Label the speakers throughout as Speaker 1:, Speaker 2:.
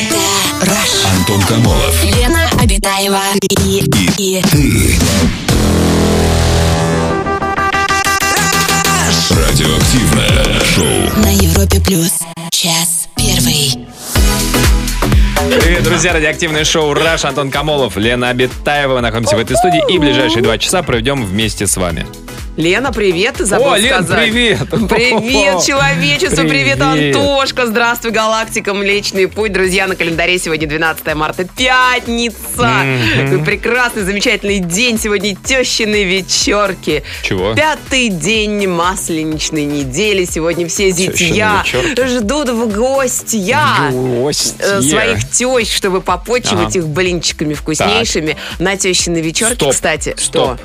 Speaker 1: Это Rush.
Speaker 2: Антон Камолов.
Speaker 1: Лена Обитаева и, и, и
Speaker 2: Ты. Радиоактивное шоу.
Speaker 1: на Европе плюс. Час первый.
Speaker 3: Привет, друзья, радиоактивное шоу «Раш», Антон Камолов, Лена Абитаева. Мы находимся в этой студии и ближайшие два часа проведем вместе с вами.
Speaker 4: Лена, привет, ты забыл
Speaker 3: О, Лен,
Speaker 4: сказать.
Speaker 3: привет!
Speaker 4: Привет, человечество, привет,
Speaker 3: Привет.
Speaker 4: Антошка, здравствуй, галактика, Млечный Путь. Друзья, на календаре сегодня 12 марта, пятница. Такой прекрасный, замечательный день сегодня, тещины вечерки.
Speaker 3: Чего?
Speaker 4: Пятый день масленичной недели. Сегодня все зятья
Speaker 3: вечерки?
Speaker 4: ждут в гостья. э,
Speaker 3: Гостья.
Speaker 4: своих тещ, чтобы попочивать
Speaker 3: Ага.
Speaker 4: их блинчиками вкуснейшими. На тещиной вечерке,
Speaker 3: Стоп,
Speaker 4: кстати,
Speaker 3: стоп.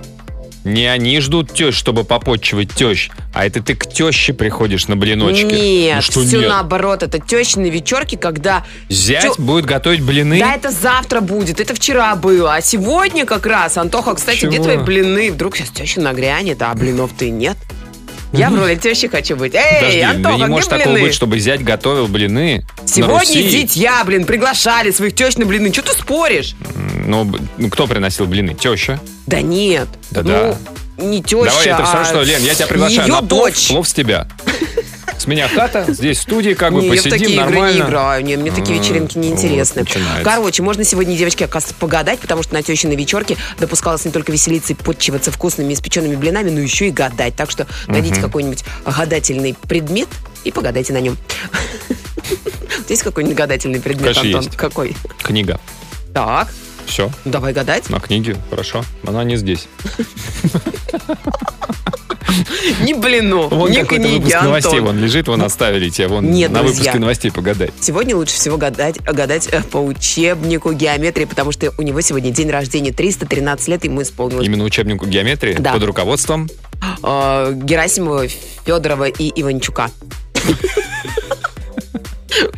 Speaker 3: Не они ждут тещ, чтобы попотчевать тещ, а это ты к теще приходишь на блиночки.
Speaker 4: Нет,
Speaker 3: Ну что
Speaker 4: все
Speaker 3: нет?
Speaker 4: наоборот. Это тещины вечерки, когда...
Speaker 3: Зять
Speaker 4: Тё-
Speaker 3: будет готовить блины?
Speaker 4: Да, это завтра будет, это вчера было. А сегодня как раз, Антоха, кстати, где
Speaker 3: Чего?
Speaker 4: твои блины? Вдруг сейчас теща нагрянет, а блинов-то и нет. Я в роли тещи хочу быть. Эй,
Speaker 3: Подожди, да
Speaker 4: Антоха,
Speaker 3: не может
Speaker 4: где
Speaker 3: такого
Speaker 4: блины?
Speaker 3: быть, чтобы зять готовил блины на
Speaker 4: Сегодня
Speaker 3: Руси.
Speaker 4: дитя, блин, приглашали своих тещ на блины. Че ты споришь?
Speaker 3: Ну, б- ну, кто приносил блины? Теща?
Speaker 4: Да нет.
Speaker 3: Да
Speaker 4: ну, не теща,
Speaker 3: Давай, это все
Speaker 4: а
Speaker 3: равно, что, Лен, я тебя приглашаю
Speaker 4: Ее
Speaker 3: на плов,
Speaker 4: дочь.
Speaker 3: плов с тебя. С меня хата, здесь в студии, как бы
Speaker 4: Не, я в
Speaker 3: посидим
Speaker 4: такие игры не
Speaker 3: нормально.
Speaker 4: играю. Не, мне такие
Speaker 3: М,
Speaker 4: вечеринки
Speaker 3: вот,
Speaker 4: неинтересны.
Speaker 3: начинается.
Speaker 4: Короче, можно сегодня, девочки, оказывается, погадать, потому что на тещиной вечерке допускалось не только веселиться и подчиваться вкусными испеченными блинами, но еще и гадать. Так что найдите какой-нибудь гадательный предмет и погадайте на нем. Вот Есть какой-нибудь гадательный предмет,
Speaker 3: Конечно,
Speaker 4: Антон?
Speaker 3: есть.
Speaker 4: Какой?
Speaker 3: Книга.
Speaker 4: Так,
Speaker 3: Все,
Speaker 4: ну давай гадать.
Speaker 3: на книге, хорошо. Она не здесь.
Speaker 4: Не блину,
Speaker 3: Вон
Speaker 4: не
Speaker 3: какой-то
Speaker 4: книги,
Speaker 3: выпуск новостей,
Speaker 4: Антон.
Speaker 3: вон лежит, вон оставили тебе, вон
Speaker 4: Нет,
Speaker 3: на
Speaker 4: друзья.
Speaker 3: выпуске новостей погадай.
Speaker 4: Сегодня лучше всего гадать, гадать э, по учебнику геометрии, потому что у него сегодня день рождения 313 лет, ему исполнилось
Speaker 3: Именно учебнику геометрии
Speaker 4: Да.
Speaker 3: под руководством.
Speaker 4: э, Герасимова, Федорова и Иванчука.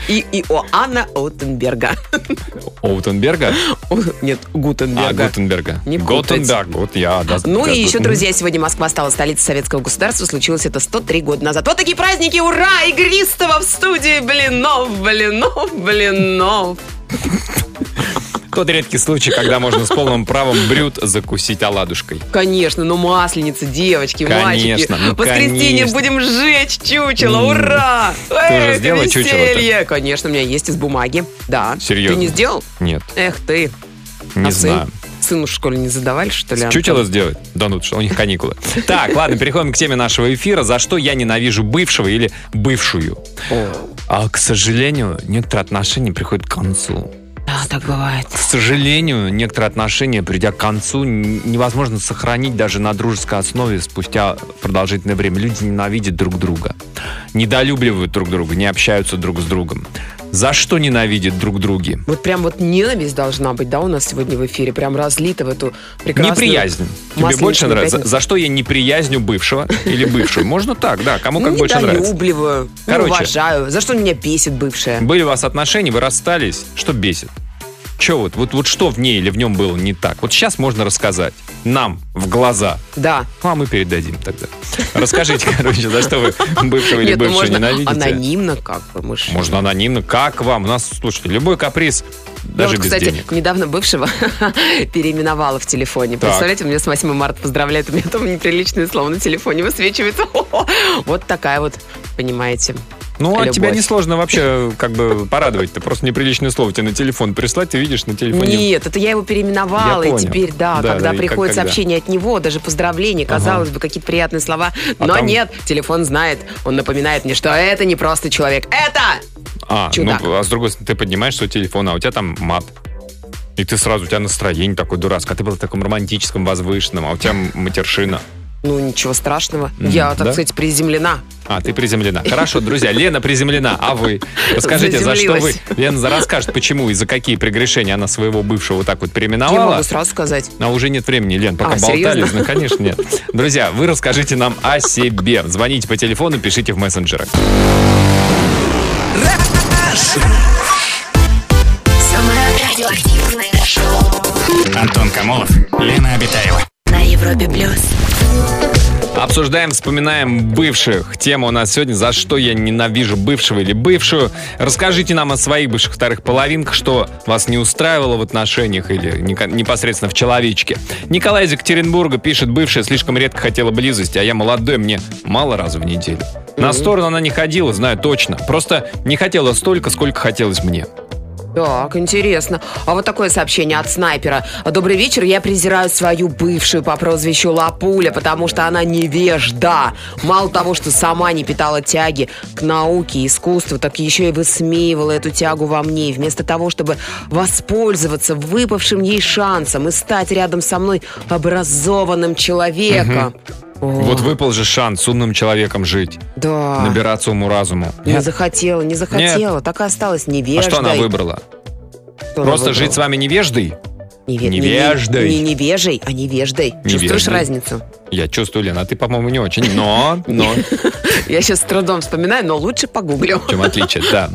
Speaker 4: И Иоанна Отенберга.
Speaker 3: Оутенберга?
Speaker 4: Нет,
Speaker 3: А,
Speaker 4: Гутенберга.
Speaker 3: Гутенберга.
Speaker 4: Не путать.
Speaker 3: Готенберг, вот я. да,
Speaker 4: Ну
Speaker 3: да,
Speaker 4: и еще,
Speaker 3: Гутен-
Speaker 4: друзья, сегодня Москва стала столицей советского государства. Случилось это 103 года назад. Вот такие праздники! Ура! Игристого в студии! Блинов, блинов, блинов.
Speaker 3: Тот редкий случай, когда можно с полным правом брют закусить оладушкой.
Speaker 4: Конечно, ну масленица, девочки,
Speaker 3: Конечно,
Speaker 4: мальчики.
Speaker 3: ну,
Speaker 4: Воскресенье
Speaker 3: конечно.
Speaker 4: будем сжечь чучело,
Speaker 3: М.
Speaker 4: ура!
Speaker 3: уже
Speaker 4: Эх,
Speaker 3: сделала чучело-то?
Speaker 4: веселье! Конечно, у меня есть из бумаги, да.
Speaker 3: Серьезно?
Speaker 4: Ты не сделал?
Speaker 3: Нет,
Speaker 4: Эх ты.
Speaker 3: не
Speaker 4: А сын?
Speaker 3: знаю.
Speaker 4: Сыну в школе не задавали, что ли? Антон?
Speaker 3: Чучело сделать? Да ну, ты что у них каникулы. Так, ладно, переходим к теме нашего эфира. За что я ненавижу бывшего или бывшую? А, к сожалению, некоторые отношения приходят к концу.
Speaker 4: Да, так бывает.
Speaker 3: К сожалению, некоторые отношения, придя к концу, н- невозможно сохранить даже на дружеской основе спустя продолжительное время. Люди ненавидят друг друга, недолюбливают друг друга, не общаются друг с другом. За что ненавидят друг друга?
Speaker 4: Вот прям вот ненависть должна быть, да, у нас сегодня в эфире, прям разлита в эту прекрасную...
Speaker 3: Неприязнь. Тебе
Speaker 4: масленичную
Speaker 3: больше нравится? За,
Speaker 4: пятницу.
Speaker 3: за что я неприязню бывшего или бывшую? Можно так, да, кому как
Speaker 4: Ну,
Speaker 3: больше нравится.
Speaker 4: недолюбливаю, не
Speaker 3: Короче.
Speaker 4: уважаю. За что меня бесит бывшая?
Speaker 3: Были у вас отношения, вы расстались, что бесит? Че вот, вот, вот что в ней или в нем было не так? Вот сейчас можно рассказать нам в глаза.
Speaker 4: Да.
Speaker 3: Ну, а мы передадим тогда. Расскажите, короче, за что вы бывшего или
Speaker 4: Нет, ну
Speaker 3: бывшего
Speaker 4: можно
Speaker 3: ненавидите?
Speaker 4: анонимно как бы, мы ж-
Speaker 3: Можно анонимно. Как вам? У нас, слушайте, любой каприз,
Speaker 4: Я
Speaker 3: даже
Speaker 4: Ну, вот,
Speaker 3: без
Speaker 4: кстати,
Speaker 3: денег.
Speaker 4: недавно бывшего переименовала в телефоне.
Speaker 3: Так.
Speaker 4: Представляете, у меня с 8 марта поздравляют, у меня там неприличное слово на телефоне высвечивается. Вот такая вот, понимаете.
Speaker 3: Ну, а
Speaker 4: любовь.
Speaker 3: тебя несложно вообще как бы порадовать. Ты просто неприличное слово тебе на телефон прислать, ты видишь на телефоне.
Speaker 4: Нет, это я его переименовала,
Speaker 3: Я
Speaker 4: и
Speaker 3: понял.
Speaker 4: теперь, да,
Speaker 3: Да,
Speaker 4: когда
Speaker 3: да, и как-
Speaker 4: приходит
Speaker 3: когда.
Speaker 4: сообщение от него, даже поздравление, казалось бы, какие-то приятные слова,
Speaker 3: А
Speaker 4: но
Speaker 3: там-
Speaker 4: нет, телефон знает, он напоминает мне, что это не просто человек, это
Speaker 3: А,
Speaker 4: Чудак.
Speaker 3: ну, а с другой стороны, ты поднимаешь свой телефон, а у тебя там мат. И ты сразу, у тебя настроение такое дурацкое. А ты был в таком романтическом, возвышенном, а у тебя матершина.
Speaker 4: ну ничего страшного,
Speaker 3: Мгм,
Speaker 4: я, так
Speaker 3: да?
Speaker 4: сказать, приземлена.
Speaker 3: А, ты приземлена. Хорошо, друзья, Лена приземлена, а вы? Расскажите, за что вы...
Speaker 4: Заземлилась.
Speaker 3: Лена за- расскажет, почему и за какие прегрешения она своего бывшего вот так вот
Speaker 4: Я
Speaker 3: переименовала.
Speaker 4: могу сразу сказать,
Speaker 3: А уже нет времени, Лен, пока
Speaker 4: А,
Speaker 3: болтали.
Speaker 4: серьезно?
Speaker 3: Ну, конечно, нет. Друзья, вы расскажите нам о себе. Звоните по телефону, пишите в мессенджерах.
Speaker 1: Самое радиоактивное шоу
Speaker 5: Антон Камолов, Лена Обитаева.
Speaker 1: на Европе плюс.
Speaker 3: Обсуждаем, вспоминаем бывших. Тема у нас сегодня «За что я ненавижу бывшего или бывшую?». Расскажите нам о своих бывших вторых половинках, что вас не устраивало в отношениях или нека- непосредственно в человечке. Николай из Екатеринбурга пишет «Бывшая слишком редко хотела близости, а я молодой, мне мало раз в неделю». На сторону она не ходила, знаю точно. Просто не хотела столько, сколько хотелось мне.
Speaker 4: Так, интересно. А вот такое сообщение от снайпера. Добрый вечер, я презираю свою бывшую по прозвищу Лапуля, потому что она невежда. Мало того, что сама не питала тяги к науке и искусству, так еще и высмеивала эту тягу во мне. И вместо того, чтобы воспользоваться выпавшим ей шансом и стать рядом со мной образованным человеком. О,
Speaker 3: Вот выпал же шанс с умным человеком жить,
Speaker 4: Да.
Speaker 3: набираться уму-разуму.
Speaker 4: Не захотела, не захотела. Так и осталась невеждой.
Speaker 3: А что она выбрала?
Speaker 4: Что она
Speaker 3: Просто
Speaker 4: выбрала?
Speaker 3: жить с вами невеждой?
Speaker 4: Неве- не-
Speaker 3: Невеждой.
Speaker 4: Не, невежей, а невеждой. Чувствуешь
Speaker 3: Невеждой.
Speaker 4: разницу?
Speaker 3: Я чувствую, Лена, а ты, по-моему, не очень. Но, но,
Speaker 4: Я сейчас с трудом вспоминаю, но лучше погуглю.
Speaker 3: в чем отличие, да.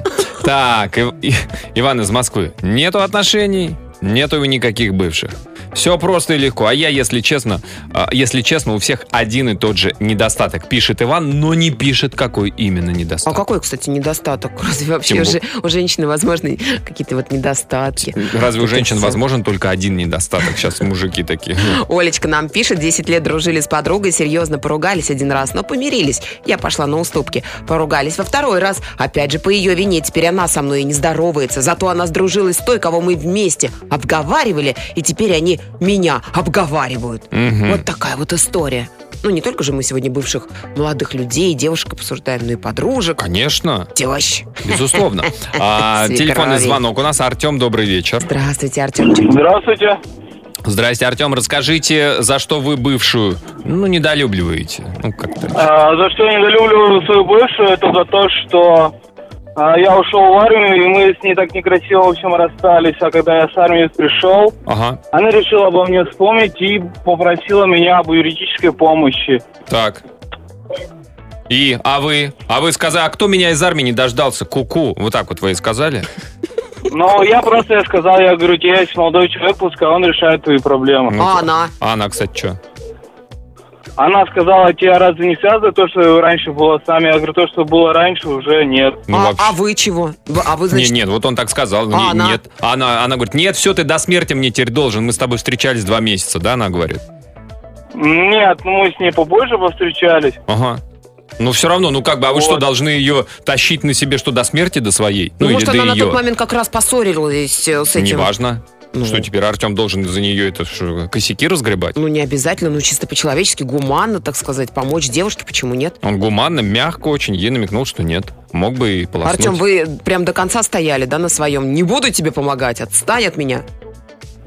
Speaker 3: Так, Ив- И- Иван из Москвы. Нету отношений, нету и никаких бывших. Все просто и легко. А я, если честно, а, если честно, у всех один и тот же недостаток. Пишет Иван, но не пишет, какой именно
Speaker 4: А
Speaker 3: недостаток.
Speaker 4: какой, кстати, недостаток? Разве вообще
Speaker 3: Тем
Speaker 4: уже, у женщины возможны какие-то вот недостатки?
Speaker 3: Разве у
Speaker 4: А Вот это
Speaker 3: женщин
Speaker 4: всё.
Speaker 3: возможен только один недостаток? Сейчас мужики такие.
Speaker 4: Олечка нам пишет, 10 лет дружили с подругой, серьезно поругались один раз, но помирились. Я пошла на уступки. Поругались во второй раз. Опять же, по ее вине теперь она со мной и не здоровается. Зато она сдружилась с той, кого мы вместе обговаривали, и теперь они меня обговаривают.
Speaker 3: Мгм.
Speaker 4: Вот такая вот история. Ну, не только же мы сегодня бывших молодых людей, девушек обсуждаем, но и подружек.
Speaker 3: Конечно,
Speaker 4: Тещ.
Speaker 3: безусловно. А,
Speaker 4: Свекрови.
Speaker 3: телефонный звонок у нас. Артем, добрый вечер.
Speaker 4: Здравствуйте, Артемчик.
Speaker 5: Здравствуйте.
Speaker 3: Здрасте, Артем. Расскажите, за что вы бывшую, ну, недолюбливаете? Ну, как-то.
Speaker 5: А, за что я недолюбливаю свою бывшую, это за то, что а, я ушел в армию, и мы с ней так некрасиво, в общем, расстались. А когда я с армии пришел,
Speaker 3: Ага,
Speaker 5: она решила обо мне вспомнить и попросила меня об юридической помощи.
Speaker 3: так. И, а вы? А вы сказали, а кто меня из армии не дождался? Ку-ку. Вот так вот вы и сказали?
Speaker 5: Но я просто я сказал, я говорю, я есть молодой человек, пускай он решает твои проблемы.
Speaker 3: Ну-ка.
Speaker 4: А она?
Speaker 3: А она, кстати, что?
Speaker 5: Она сказала, тебя разве не связывает то, что раньше было с нами? Я говорю, то, что было раньше, уже нет.
Speaker 3: Ну,
Speaker 4: а,
Speaker 3: вообще.
Speaker 4: а вы чего? Вы- А вы, значит,
Speaker 3: Не, нет, вот он так сказал.
Speaker 4: А
Speaker 3: Не-
Speaker 4: она?
Speaker 3: Нет. Она, она говорит, нет, все, ты до смерти мне теперь должен. Мы с тобой встречались два месяца, да, она говорит?
Speaker 5: Нет, ну, мы с ней попозже повстречались.
Speaker 3: Ага. Ну, все равно, ну как бы, а вы что,
Speaker 5: Вот.
Speaker 3: должны ее тащить на себе, что до смерти, до своей? Ну,
Speaker 4: ну,
Speaker 3: или
Speaker 4: может,
Speaker 3: до
Speaker 4: она на
Speaker 3: ее?
Speaker 4: тот момент как раз поссорилась э, с этим.
Speaker 3: Неважно.
Speaker 4: Ну.
Speaker 3: Что теперь Артем должен за нее это что, косяки разгребать?
Speaker 4: Ну, не обязательно, ну, чисто по-человечески, гуманно, так сказать, помочь девушке, почему нет?
Speaker 3: Он гуманно, мягко очень ей намекнул, что нет. Мог бы и полоснуть.
Speaker 4: Артем, вы прям до конца стояли, да, на своем? Не буду тебе помогать, отстань от меня.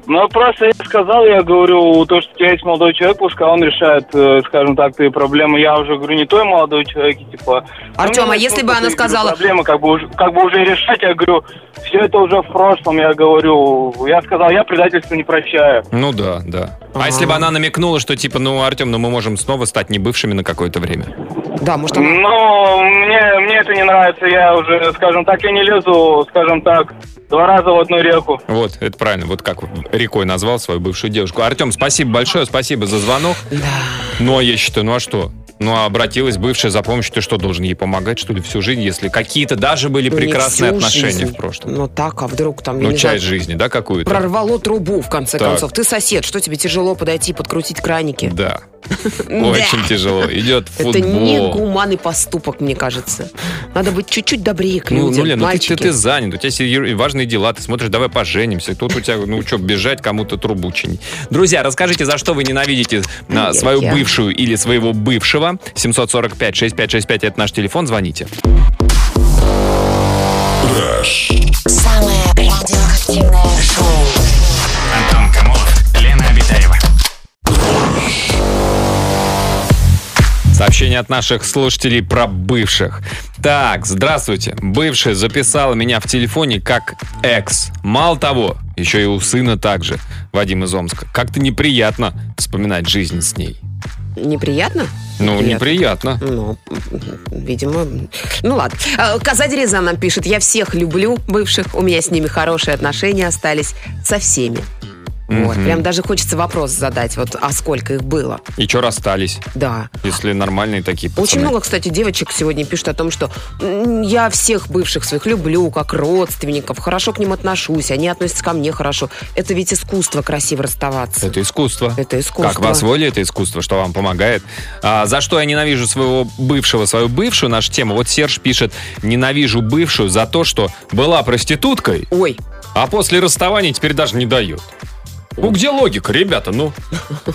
Speaker 5: Ну, просто я сказал, я говорю, то, что у тебя есть молодой человек, пускай он решает, э, скажем так, твои проблемы. Я уже говорю, не той молодой человек, и типа... ну,
Speaker 4: Артём, а
Speaker 5: мне
Speaker 4: если
Speaker 5: нужно
Speaker 4: бы она
Speaker 5: просто, я говорю,
Speaker 4: сказала-
Speaker 5: Проблемы как бы, уже, как бы уже решать, я говорю, все это уже в прошлом, я говорю. Я сказал, я предательство не прощаю.
Speaker 3: Ну да, да. А,
Speaker 4: А.
Speaker 3: если бы она намекнула, что типа, ну, Артем, ну мы можем снова стать не бывшими на какое-то время.
Speaker 4: Да, может, она...
Speaker 5: Но мне, мне это не нравится, я уже, скажем так, я не лезу, скажем так, два раза в одну реку.
Speaker 3: Вот, это правильно. Вот как рекой назвал свою бывшую девушку. Артем, спасибо большое, спасибо за звонок.
Speaker 4: Да.
Speaker 3: Ну, а я считаю, ну а что? Ну, а обратилась бывшая за помощью, ты что, должен ей помогать, что ли, всю жизнь, если какие-то даже были
Speaker 4: Ну, не
Speaker 3: прекрасные
Speaker 4: всю
Speaker 3: отношения
Speaker 4: жизнь.
Speaker 3: в прошлом?
Speaker 4: Ну, так, а вдруг там, я
Speaker 3: Ну,
Speaker 4: не
Speaker 3: часть
Speaker 4: знаю,
Speaker 3: жизни, да, какую-то?
Speaker 4: прорвало трубу, в конце
Speaker 3: Так.
Speaker 4: концов. Ты сосед, что тебе тяжело подойти и подкрутить краники?
Speaker 3: Да.
Speaker 4: Да.
Speaker 3: Очень тяжело. Идет футбол.
Speaker 4: Это не гуманный поступок, мне кажется. Надо быть чуть-чуть добрее к
Speaker 3: Ну,
Speaker 4: людям,
Speaker 3: ну, Лен, ну ты,
Speaker 4: мальчики.
Speaker 3: ты- ты занят, у тебя сери- важные дела, ты смотришь, давай поженимся. Тут у тебя, ну что, бежать кому-то трубу чинить. Друзья, расскажите, за что вы ненавидите а,
Speaker 4: Ай-яй-яй.
Speaker 3: свою бывшую или своего бывшего. 745-6565, это наш телефон, звоните.
Speaker 1: Самое радиоактивное шоу.
Speaker 6: Антон Камолов, Лена Обитаева.
Speaker 3: Сообщение от наших слушателей про бывших. Так, здравствуйте. Бывшая записала меня в телефоне как экс. Мало того, еще и у сына также, Вадим из Омска. Как-то неприятно вспоминать жизнь с ней.
Speaker 4: Неприятно?
Speaker 3: Ну,
Speaker 4: Неприятно.
Speaker 3: неприятно.
Speaker 4: Ну, видимо... Ну, ладно. А, Коза Дереза нам пишет. Я всех люблю, бывших. У меня с ними хорошие отношения остались со всеми. Вот, прям даже хочется вопрос задать, вот, а сколько их было?
Speaker 3: И что расстались,
Speaker 4: Да.
Speaker 3: если нормальные такие пацаны?
Speaker 4: Очень много, кстати, девочек сегодня пишут о том, что «М, я всех бывших своих люблю, как родственников, хорошо к ним отношусь, они относятся ко мне хорошо. Это ведь искусство красиво расставаться.
Speaker 3: Это искусство.
Speaker 4: Это искусство.
Speaker 3: Как вы освоили это искусство, что вам помогает? А, за что я ненавижу своего бывшего, свою бывшую, наша тема. Вот Серж пишет, ненавижу бывшую за то, что была проституткой,
Speaker 4: Ой,
Speaker 3: а после расставания теперь даже не дает. Ну где логика, ребята? Ну,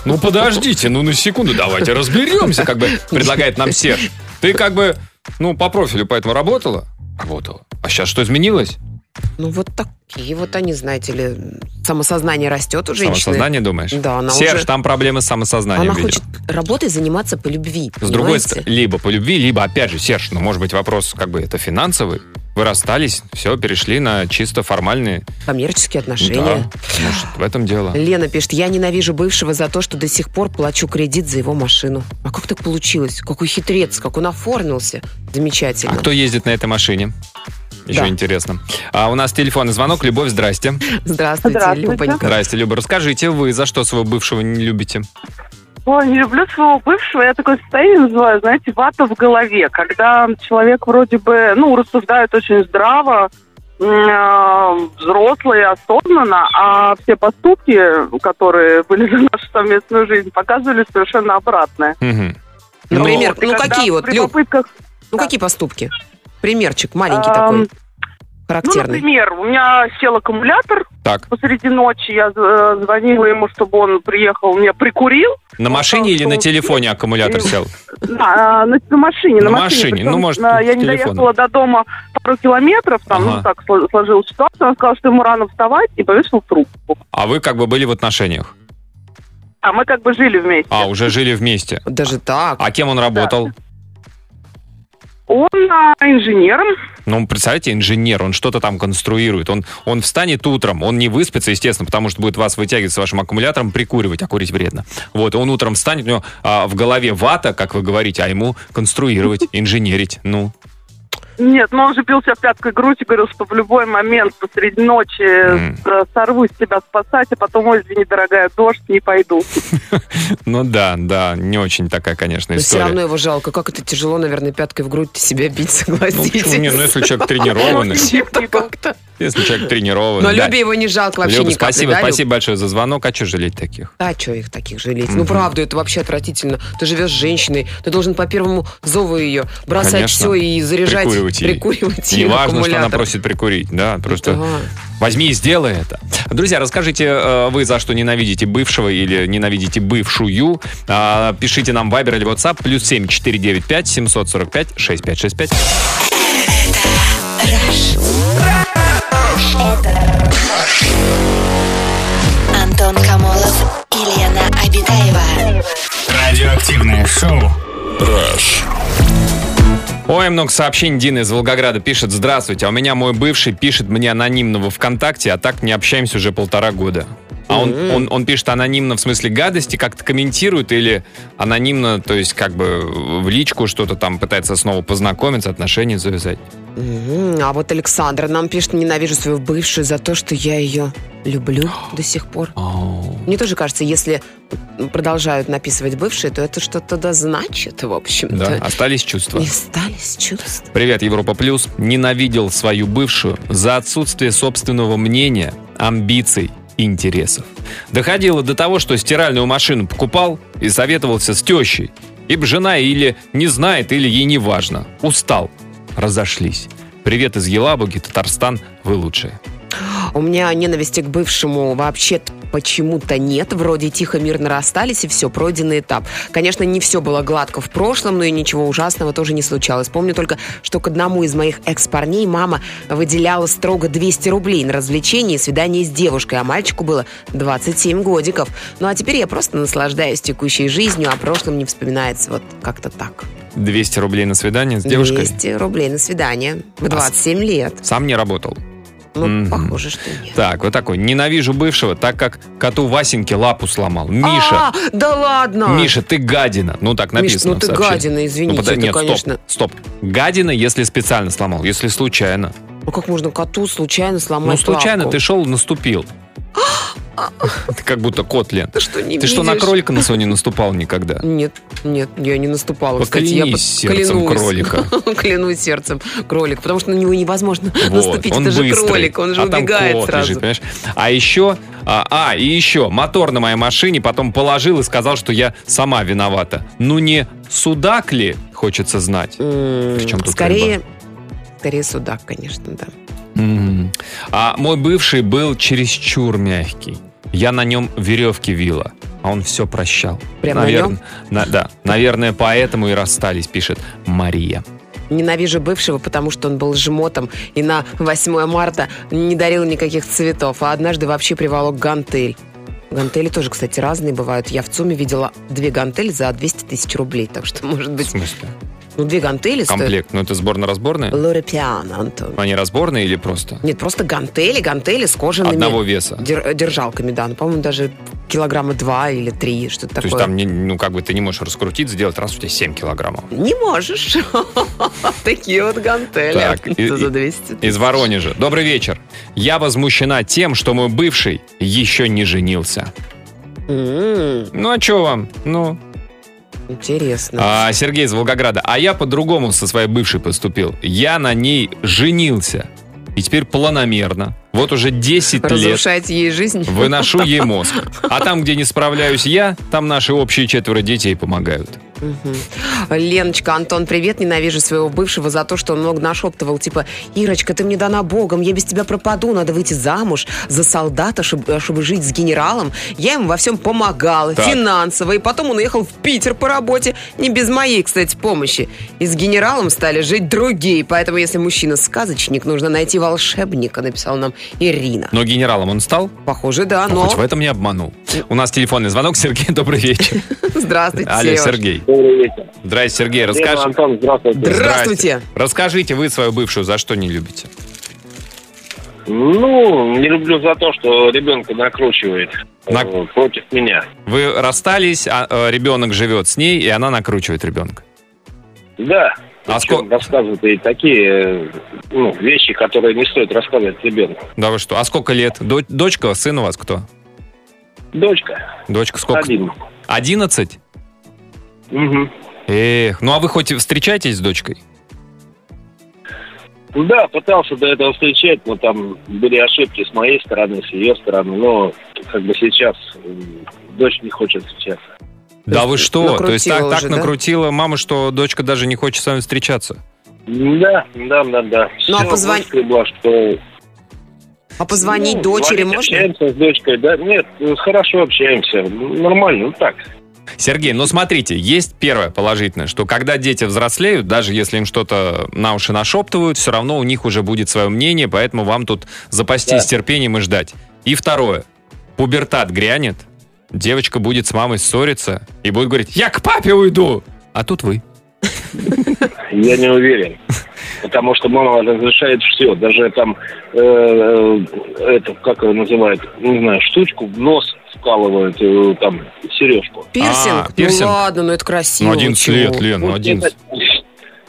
Speaker 3: ну подождите, ну на секунду давайте разберемся, как бы предлагает нам Серж. Ты как бы, ну по профилю поэтому работала? Работала. А сейчас что изменилось?
Speaker 4: ну вот такие вот они, знаете ли, самосознание растет у женщины.
Speaker 3: Самосознание, думаешь?
Speaker 4: Да, она
Speaker 3: Серж,
Speaker 4: уже-
Speaker 3: там проблемы с самосознанием,
Speaker 4: Она
Speaker 3: видимо.
Speaker 4: хочет работой заниматься по любви.
Speaker 3: С другой
Speaker 4: понимаете?
Speaker 3: стороны, либо по любви, либо, опять же, Серж, ну, может быть, вопрос как бы это финансовый. Вы расстались, все, перешли на чисто формальные.
Speaker 4: Коммерческие
Speaker 3: Да,
Speaker 4: отношения.
Speaker 3: может, в этом дело.
Speaker 4: Лена пишет, я ненавижу бывшего за то, что до сих пор плачу кредит за его машину. А как так получилось? Какой хитрец, как он оформился. Замечательно.
Speaker 3: А кто ездит на этой машине? Еще
Speaker 4: Да.
Speaker 3: интересно. А у нас телефонный звонок. Любовь, здрасте.
Speaker 4: Здравствуйте,
Speaker 7: Здравствуйте.
Speaker 4: Любонька.
Speaker 3: Здрасте, Люба. Расскажите, вы за что своего бывшего не любите?
Speaker 7: Ой, Ну, не люблю своего бывшего. Я такое состояние называю, знаете, вата в голове. Когда человек вроде бы, ну, рассуждает очень здраво, м, э, взрослый осознанно, а все поступки, которые были за нашу совместную жизнь, показывали совершенно обратное.
Speaker 3: Мгм.
Speaker 4: Например,
Speaker 7: И
Speaker 4: ну
Speaker 7: когда
Speaker 4: какие вот,
Speaker 7: при
Speaker 4: Люб,
Speaker 7: попытках
Speaker 4: ну какие поступки? Примерчик маленький
Speaker 7: Эм,
Speaker 4: такой,
Speaker 7: Ну,
Speaker 4: характерный.
Speaker 7: например, у меня сел аккумулятор
Speaker 3: Так,
Speaker 7: посреди ночи, я э, звонила ему, чтобы он приехал, меня прикурил
Speaker 3: на машине или на телефоне аккумулятор сел?
Speaker 7: на, на- на машине.
Speaker 3: На
Speaker 7: На, машине,
Speaker 3: машине,
Speaker 7: причем,
Speaker 3: ну, может,
Speaker 7: э, Я
Speaker 3: с
Speaker 7: не
Speaker 3: телефоном.
Speaker 7: доехала до дома пару километров, там,
Speaker 3: Ага.
Speaker 7: ну, так сло- сложилась ситуация, он сказал, что ему рано вставать, и повесил трубку.
Speaker 3: А вы как бы были в отношениях?
Speaker 7: А мы как бы жили вместе.
Speaker 3: А, уже жили вместе.
Speaker 4: Даже так.
Speaker 3: А кем он работал?
Speaker 7: Он а, инженером,
Speaker 3: Ну, представляете, инженер, он что-то там конструирует. Он, он встанет утром, он не выспится, естественно, потому что будет вас вытягивать с вашим аккумулятором, прикуривать, а курить вредно. Вот, он утром встанет, у него а, в голове вата, как вы говорите, а ему конструировать, инженерить. Ну,
Speaker 7: Нет, но он же бил себя пяткой в грудь и говорил, что в любой момент посреди ночи
Speaker 3: М.
Speaker 7: э, сорвусь тебя спасать, а потом, ой, извини, дорогая, дождь, не пойду.
Speaker 3: ну да, да, не очень такая, конечно,
Speaker 4: Но все
Speaker 3: история.
Speaker 4: Ну, равно его жалко. Как это тяжело, наверное, пяткой в грудь себя бить,
Speaker 3: Ну,
Speaker 4: согласитесь.
Speaker 3: почему не? Ну, если человек тренированный,
Speaker 4: Чем-то как-то.
Speaker 3: если человек тренированный.
Speaker 4: Но
Speaker 3: да.
Speaker 4: Любе его не жалко вообще
Speaker 3: Люба,
Speaker 4: ни капли,
Speaker 3: спасибо,
Speaker 4: да, Люб?
Speaker 3: спасибо большое за звонок. А что жалеть таких?
Speaker 4: А что их таких жалеть? Ну, правда, это вообще отвратительно. Ты живешь с женщиной, ты должен по первому зову ее бросать
Speaker 3: Конечно.
Speaker 4: все и заряжать,
Speaker 3: Прикуривать ей.
Speaker 4: прикуривать
Speaker 3: Не
Speaker 4: ей
Speaker 3: важно, что она
Speaker 4: аккумулятор.
Speaker 3: просит прикурить, да, просто...
Speaker 4: Да.
Speaker 3: Возьми и сделай это. Друзья, расскажите, э, вы за что ненавидите бывшего или ненавидите бывшую. А, Пишите нам Viber или WhatsApp. Плюс 7495 745 6565.
Speaker 1: Антон Камолов и Лена Обитаева.
Speaker 6: Радиоактивное шоу.
Speaker 3: Ой, много сообщений. Дина из Волгограда пишет. Здравствуйте, а у меня мой бывший пишет мне анонимно во ВКонтакте, а так не общаемся уже полтора года. А он, он, он пишет анонимно в смысле гадости, как-то комментирует или анонимно, то есть как бы в личку что-то там пытается снова познакомиться, отношения завязать.
Speaker 4: Мгм. А вот Александра нам пишет, ненавижу свою бывшую за то, что я ее люблю до сих пор. Мне тоже кажется, если продолжают написывать бывшие, то это что-то да значит, в
Speaker 3: Да,
Speaker 4: общем-то.
Speaker 3: остались чувства.
Speaker 4: Не остались чувств.
Speaker 3: Привет, Европа Плюс. Ненавидел свою бывшую за отсутствие собственного мнения, амбиций и интересов. Доходило до того, что стиральную машину покупал и советовался с тещей. Ибо жена или не знает, или ей не важно. Устал. Разошлись. Привет из Елабуги, Татарстан, вы лучшие.
Speaker 4: А У меня ненависти к бывшему вообще почему-то нет. Вроде тихо, мирно расстались, и все, пройденный этап. Конечно, не все было гладко в прошлом, но и ничего ужасного тоже не случалось. Помню только, что к одному из моих экс-парней мама выделяла строго 200 рублей на развлечение и свидание с девушкой, а мальчику было 27 годиков. Ну а теперь я просто наслаждаюсь текущей жизнью, а прошлым не вспоминается вот как-то так.
Speaker 3: 200 рублей на свидание с девушкой?
Speaker 4: 200 рублей на свидание в 27 лет.
Speaker 3: Сам не работал.
Speaker 4: Ну,
Speaker 3: Мгм.
Speaker 4: похоже, что нет.
Speaker 3: Так, вот такой. Ненавижу бывшего, так как коту Васеньке лапу сломал. Миша,
Speaker 4: А, да ладно!
Speaker 3: Миша, ты гадина. Ну так
Speaker 4: Миш,
Speaker 3: написано.
Speaker 4: ну ты
Speaker 3: в сообщении.
Speaker 4: гадина, извините,
Speaker 3: Ну, подо-
Speaker 4: это,
Speaker 3: нет,
Speaker 4: конечно.
Speaker 3: стоп, стоп. Гадина, если специально сломал, если случайно.
Speaker 4: Ну как можно коту случайно сломать
Speaker 3: ну, случайно
Speaker 4: лапку?
Speaker 3: ты шел, наступил. Ты как будто кот, Лен.
Speaker 4: Ты что, не
Speaker 3: Ты что, на
Speaker 4: видишь?
Speaker 3: кролика на своего не наступал никогда?
Speaker 4: Нет, нет, я не наступала. Ну, Кстати, я
Speaker 3: Поклянись сердцем кролика.
Speaker 4: Клянусь сердцем кролик, потому что на него невозможно
Speaker 3: Вот,
Speaker 4: наступить.
Speaker 3: он
Speaker 4: Это же
Speaker 3: быстрый.
Speaker 4: кролик, он же
Speaker 3: а там
Speaker 4: убегает
Speaker 3: кот
Speaker 4: сразу.
Speaker 3: лежит, понимаешь? А еще, а, а, и еще, мотор на моей машине потом положил и сказал, что я сама виновата. Ну не судак ли, хочется знать.
Speaker 4: М,
Speaker 3: В чем тут
Speaker 4: Скорее, скорее судак, конечно, да.
Speaker 3: М. А мой бывший был чересчур мягкий. Я на нем веревки вила, а он все прощал.
Speaker 4: Прям на
Speaker 3: Наверн-
Speaker 4: нем?
Speaker 3: на- да, наверное, поэтому и расстались, пишет Мария.
Speaker 4: Ненавижу бывшего, потому что он был жмотом и на 8 марта не дарил никаких цветов, а однажды вообще приволок гантель. Гантели тоже, кстати, разные бывают. Я в ЦУМе видела две гантели за 200 тысяч рублей, так что, может
Speaker 3: В
Speaker 4: быть,
Speaker 3: смысле?
Speaker 4: ну, две гантели стоят.
Speaker 3: Комплект. Ну это сборно-разборные?
Speaker 4: Лоре Пиано, Антон.
Speaker 3: Они разборные или просто?
Speaker 4: Нет, просто гантели, гантели с кожаными
Speaker 3: Одного веса.
Speaker 4: дер- держалками, да. Ну, по-моему, даже килограмма два или три, что-то
Speaker 3: То
Speaker 4: такое.
Speaker 3: есть там, не- ну, как бы ты не можешь раскрутить, сделать, раз у тебя 7 килограммов.
Speaker 4: Не можешь. Такие вот гантели.
Speaker 3: Так, и-
Speaker 4: За
Speaker 3: и-
Speaker 4: 200.
Speaker 3: Из Воронежа. Добрый вечер. Я возмущена тем, что мой бывший еще не женился.
Speaker 4: М,
Speaker 3: Ну, а что вам? Ну,
Speaker 4: М-м, Интересно.
Speaker 3: а, Сергей из Волгограда. А я по-другому со своей бывшей поступил. Я на ней женился. И теперь планомерно. Вот уже 10 лет
Speaker 4: Разрушать ей жизнь.
Speaker 3: выношу ей мозг. А там, где не справляюсь я, там наши общие четверо детей помогают.
Speaker 4: Мгм. Леночка, Антон, привет. Ненавижу своего бывшего за то, что он много нашептывал. Типа, Ирочка, ты мне дана богом, я без тебя пропаду, надо выйти замуж за солдата, чтобы, жить с генералом. Я ему во всем помогала,
Speaker 3: Так.
Speaker 4: финансово. И потом он уехал в Питер по работе, не без моей, кстати, помощи. И с генералом стали жить другие. Поэтому, если мужчина сказочник, нужно найти волшебника, написала нам Ирина.
Speaker 3: Но генералом он стал?
Speaker 4: Похоже, да,
Speaker 3: Ну,
Speaker 4: но...
Speaker 3: хоть в этом не обманул. У нас телефонный звонок. Сергей, добрый вечер.
Speaker 4: Здравствуйте,
Speaker 3: Алло,
Speaker 4: Сереж.
Speaker 3: Сергей.
Speaker 5: Добрый вечер.
Speaker 3: Здрасте, Сергей.
Speaker 5: Лена,
Speaker 3: Расскажи.
Speaker 5: Антон, здравствуйте.
Speaker 4: Здравствуйте.
Speaker 3: Расскажите вы свою бывшую, за что не любите?
Speaker 5: Ну, не люблю за то, что ребенка накручивает
Speaker 3: На-
Speaker 5: э, против меня.
Speaker 3: Вы расстались, а э, ребенок живет с ней, и она накручивает ребенка.
Speaker 5: Да.
Speaker 3: А
Speaker 5: Причем
Speaker 3: сколько-
Speaker 5: Рассказывают и такие э, ну, вещи, которые не стоит рассказывать ребенку.
Speaker 3: Да вы что? А сколько лет? До- Дочка, сын у вас кто?
Speaker 5: Дочка,
Speaker 3: Дочка сколько?
Speaker 5: один.
Speaker 3: 11?
Speaker 5: Мгм.
Speaker 3: Эх, ну а вы хоть и встречаетесь с дочкой?
Speaker 5: Да, пытался до этого встречать, но там были ошибки с моей стороны, с ее стороны, но как бы сейчас м, дочь не хочет сейчас.
Speaker 3: Да вы что? То есть так,
Speaker 4: накрутила
Speaker 3: так
Speaker 4: уже, да?
Speaker 3: накрутила мама, что дочка даже не хочет с вами встречаться.
Speaker 5: Да, да, да, да.
Speaker 4: Ну, а
Speaker 5: Всё
Speaker 4: позвон-
Speaker 5: выскребла, что...
Speaker 4: А позвонить
Speaker 5: ну,
Speaker 4: дочери
Speaker 5: звонить
Speaker 4: можно?
Speaker 5: Общаемся с дочкой, да? Нет, ну, хорошо общаемся, нормально, ну так.
Speaker 3: Сергей, ну смотрите, есть первое положительное, что когда дети взрослеют, даже если им что-то на уши нашептывают, все равно у них уже будет свое мнение, поэтому вам тут запастись терпением и ждать. И второе, пубертат грянет, девочка будет с мамой ссориться и будет говорить, я к папе уйду, а тут вы.
Speaker 5: Я не уверен. Потому что мама разрешает все. Даже там, э, э, это, как его называют, не знаю, штучку в нос вкалывают, э, там, сережку.
Speaker 4: Пирсинг?
Speaker 3: А, пирсинг.
Speaker 4: Ну ладно, ну это красиво.
Speaker 3: ну 11
Speaker 4: чего?
Speaker 3: лет, Лен, ну
Speaker 5: Вот
Speaker 3: 11.
Speaker 5: это,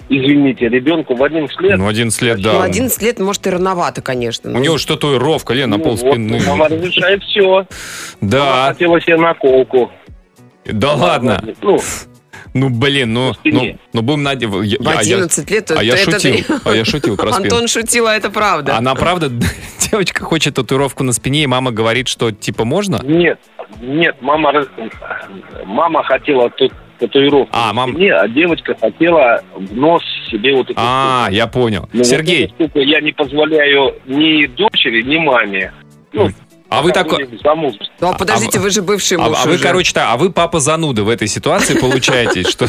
Speaker 5: Извините, ребенку в 11 лет.
Speaker 3: Ну 11 лет, да.
Speaker 4: Ну, 11 лет, может, и рановато, конечно. Ну,
Speaker 3: У него же татуировка, Лен, на
Speaker 5: Ну,
Speaker 3: пол
Speaker 5: вот,
Speaker 3: спины.
Speaker 5: мама разрешает все. Она
Speaker 3: Да,
Speaker 5: хотела себе наколку.
Speaker 3: да ладно.
Speaker 5: Ну,
Speaker 3: Ну, блин, ну, ну,
Speaker 5: спине.
Speaker 3: ну будем надеяться.
Speaker 4: В 11 лет...
Speaker 3: А я
Speaker 4: это-
Speaker 3: шутил, а я шутил про спину.
Speaker 4: Антон шутил, а это правда.
Speaker 3: Она правда, девочка хочет татуировку на спине, и мама говорит, что типа можно?
Speaker 5: нет, нет, мама, раз- мама хотела тут татуировку.
Speaker 3: А,
Speaker 5: на
Speaker 3: мам-
Speaker 5: спине, а девочка хотела в нос себе вот эту
Speaker 3: А, я понял.
Speaker 5: Ну, вот
Speaker 3: Сергей,
Speaker 5: эту штуку я не позволяю ни дочери, ни маме. Ну,
Speaker 3: а вы такой...
Speaker 5: какое-нибудь замужество.
Speaker 4: Ну, а подождите,
Speaker 3: а-
Speaker 4: вы же бывший
Speaker 3: А,
Speaker 4: муж
Speaker 3: а вы,
Speaker 4: уже.
Speaker 3: короче, так, а вы папа зануда в этой ситуации получаетесь, что...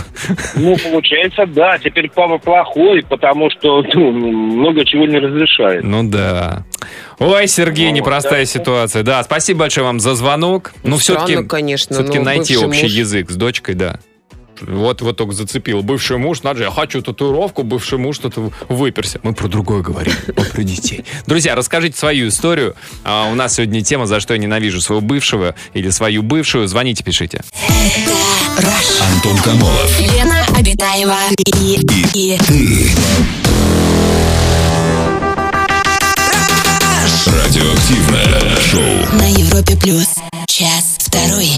Speaker 5: Ну, получается, да, теперь папа плохой, потому что ну, много чего не разрешает.
Speaker 3: Ну да. Ой, Сергей,
Speaker 5: Ну,
Speaker 3: непростая
Speaker 5: да.
Speaker 3: ситуация. Да, спасибо большое вам за звонок. Ну,
Speaker 4: Странно,
Speaker 3: все-таки
Speaker 4: конечно,
Speaker 3: все-таки
Speaker 4: но
Speaker 3: найти
Speaker 4: бывший
Speaker 3: общий
Speaker 4: муж.
Speaker 3: язык с дочкой, да. Вот, вот только зацепил. Бывший муж, надо же, я хочу татуировку, бывший муж что-то выперся. Мы про другое говорим, мы про детей. Друзья, расскажите свою историю. А, у нас сегодня тема «За что я ненавижу своего бывшего» или «Свою бывшую». Звоните, пишите.
Speaker 2: Антон Камолов.
Speaker 1: Лена Обитаева и, и
Speaker 2: Радиоактивное шоу. шоу.
Speaker 1: На Европе плюс. Час второй.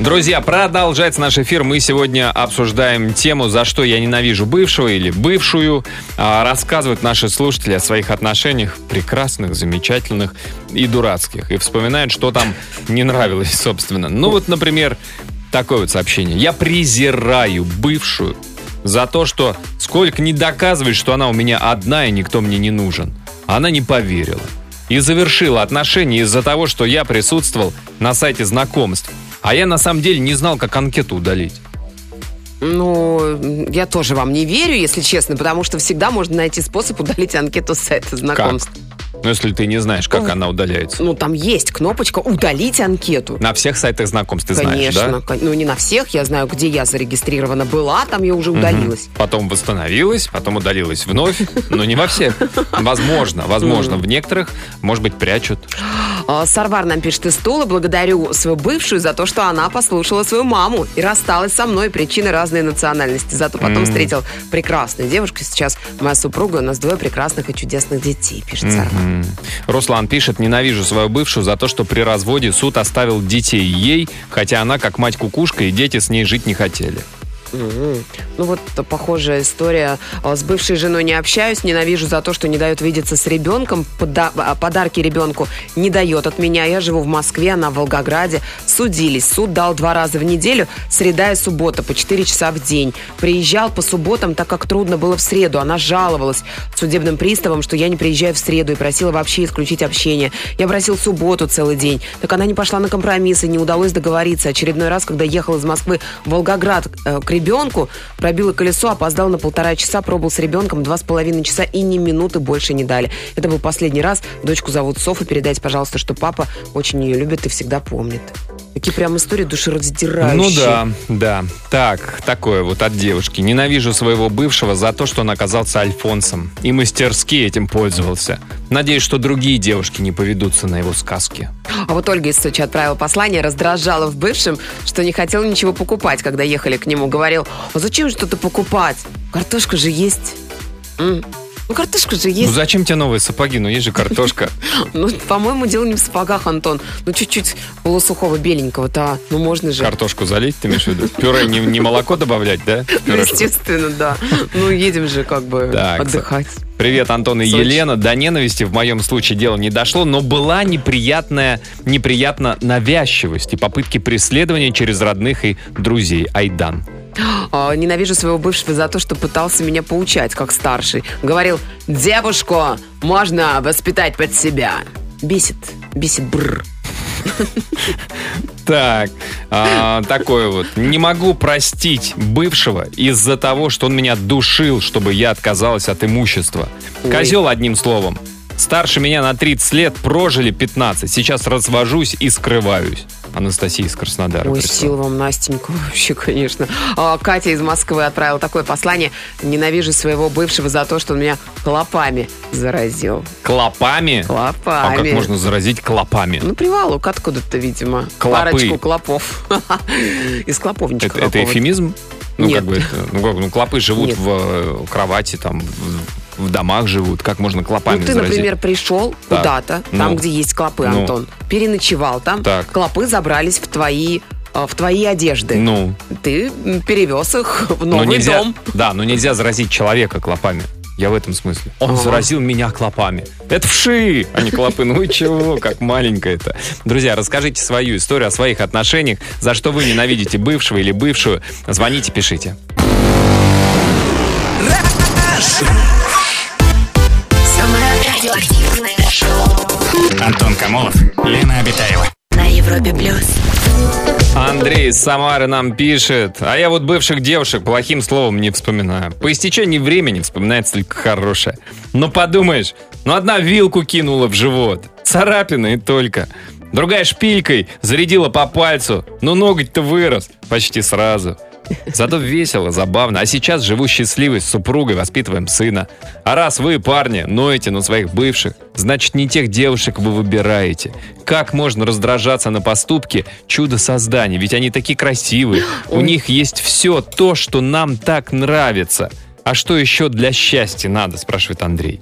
Speaker 3: Друзья, продолжается наш эфир. Мы сегодня обсуждаем тему, за что я ненавижу бывшего или бывшую. А, Рассказывают наши слушатели о своих отношениях прекрасных, замечательных и дурацких. И вспоминают, что там не нравилось, собственно. Ну вот, например, такое вот сообщение. Я презираю бывшую за то, что сколько не доказывает, что она у меня одна и никто мне не нужен. Она не поверила. И завершила отношения из-за того, что я присутствовал на сайте знакомств. А я на самом деле не знал, как анкету удалить.
Speaker 4: Ну, я тоже вам не верю, если честно, потому что всегда можно найти способ удалить анкету с сайта знакомств.
Speaker 3: Ну, если ты не знаешь, как
Speaker 4: Ой.
Speaker 3: она удаляется.
Speaker 4: Ну, там есть кнопочка «Удалить анкету».
Speaker 3: На всех сайтах знакомств ты знаешь,
Speaker 4: Конечно.
Speaker 3: да?
Speaker 4: кон- Ну, не на всех. Я знаю, где я зарегистрирована была, там я уже удалилась.
Speaker 3: Потом восстановилась, потом удалилась вновь, но не во всех. Возможно, возможно, в некоторых, может быть, прячут.
Speaker 4: А, Сарвар нам пишет из Тулы. Благодарю свою бывшую за то, что она послушала свою маму и рассталась со мной. Причины разные национальности. Зато потом
Speaker 3: М.
Speaker 4: встретил прекрасную девушку. Сейчас моя супруга, у нас двое прекрасных и чудесных детей, пишет Сарвар.
Speaker 3: М. Руслан пишет, ненавижу свою бывшую за то, что при разводе суд оставил детей ей, хотя она как мать-кукушка, и дети с ней жить не хотели.
Speaker 4: Мгм. Ну вот э, похожая история. А, С бывшей женой не общаюсь, ненавижу за то, что не дает видеться с ребенком. Пода- а, Подарки ребенку не дает от меня. Я живу в Москве, она в Волгограде. Судились. Суд дал два раза в неделю, среда и суббота, по 4 часа в день. Приезжал по субботам, так как трудно было в среду. Она жаловалась судебным приставам, что я не приезжаю в среду и просила вообще исключить общение. Я просил субботу целый день. Так она не пошла на компромисс и не удалось договориться. Очередной раз, когда ехал из Москвы в Волгоград э, к ребенку, пробила колесо, опоздал на полтора часа, пробыл с ребенком два с половиной часа и ни минуты больше не дали. Это был последний раз. Дочку зовут Софа. Передайте, пожалуйста, что папа очень ее любит и всегда помнит. Такие прям истории душераздирающие.
Speaker 3: Ну да, да. Так, такое вот от девушки. Ненавижу своего бывшего за то, что он оказался альфонсом. И мастерски этим пользовался. Надеюсь, что другие девушки не поведутся на его сказки. Ну,
Speaker 4: А вот Ольга из Сочи отправила послание, раздражала в бывшем, что не хотела ничего покупать, когда ехали к нему. Говорил, а зачем что-то покупать? Картошка же есть. М. Ну, картошка же
Speaker 3: Ну
Speaker 4: есть.
Speaker 3: зачем тебе новые сапоги? Ну есть же картошка.
Speaker 4: Ну, по-моему, дело не в сапогах, Антон. Ну, чуть-чуть полусухого беленького-то, а. ну, можно же.
Speaker 3: Картошку залить, ты имеешь в виду? Пюре не, не молоко добавлять, да? в
Speaker 4: Ну,
Speaker 3: пюрешку?
Speaker 4: естественно, да. Ну, едем же как бы
Speaker 3: Так,
Speaker 4: отдыхать.
Speaker 3: Привет, Антон и
Speaker 4: Сочи.
Speaker 3: Елена. До ненависти в моем случае дело не дошло, но была неприятная, неприятно навязчивость и попытки преследования через родных и друзей. Айдан.
Speaker 4: А, Ненавижу своего бывшего за то, что пытался меня поучать, как старший. Говорил, девушку можно воспитать под себя. Бесит, бесит, бррр.
Speaker 3: Так, а, такое вот. Не могу простить бывшего из-за того, что он меня душил, чтобы я отказалась от имущества.
Speaker 4: Ой.
Speaker 3: Козел, одним словом. Старше меня на 30 лет, прожили 15. Сейчас развожусь и скрываюсь. Анастасия из Краснодара.
Speaker 4: Ой,
Speaker 3: прислала.
Speaker 4: сил вам, Настенька, вообще, конечно. А, Катя из Москвы отправила такое послание. Ненавижу своего бывшего за то, что он меня клопами заразил.
Speaker 3: Клопами? А
Speaker 4: Клопами.
Speaker 3: как можно заразить клопами?
Speaker 4: Ну, приволок откуда-то, видимо.
Speaker 3: Клопы.
Speaker 4: Парочку клопов. Из клоповничка
Speaker 3: Это, это
Speaker 4: какого-то.
Speaker 3: эфемизм? Ну,
Speaker 4: Нет.
Speaker 3: как бы, это- ну, как, ну, клопы живут
Speaker 4: Нет.
Speaker 3: в э, кровати, там, в, в домах живут. Как можно клопами
Speaker 4: Ну, ты,
Speaker 3: заразить?
Speaker 4: например, пришел
Speaker 3: Так.
Speaker 4: куда-то,
Speaker 3: Ну.
Speaker 4: там, где есть клопы,
Speaker 3: Ну.
Speaker 4: Антон, переночевал там,
Speaker 3: Так.
Speaker 4: клопы забрались в твои а, в твои одежды.
Speaker 3: Ну,
Speaker 4: Ты м, перевез их в
Speaker 3: но
Speaker 4: новый
Speaker 3: нельзя,
Speaker 4: дом.
Speaker 3: Да, но нельзя заразить человека клопами. Я в этом смысле. Он
Speaker 4: Ага.
Speaker 3: заразил меня клопами. Это вши, а не клопы. Ну и чего, как маленькая это. Друзья, расскажите свою историю о своих отношениях, за что вы ненавидите бывшего или бывшую. Звоните, пишите.
Speaker 1: Самое радиоактивное шоу.
Speaker 6: Антон Камолов, Лена Обитаева.
Speaker 1: На Европе плюс.
Speaker 3: Андрей из Самары нам пишет. А я вот бывших девушек плохим словом не вспоминаю. По истечении времени вспоминается только хорошее. Но подумаешь, ну одна вилку кинула в живот. Царапина и только. Другая шпилькой зарядила по пальцу. Но ноготь-то вырос почти сразу. Зато весело, забавно. А сейчас живу счастливой с супругой, воспитываем сына. А раз вы, парни, ноете на своих бывших, значит, не тех девушек вы выбираете. Как можно раздражаться на поступки чудо создания? Ведь они такие красивые. У
Speaker 4: Ой.
Speaker 3: них есть все то, что нам так нравится. А что еще для счастья надо, спрашивает Андрей.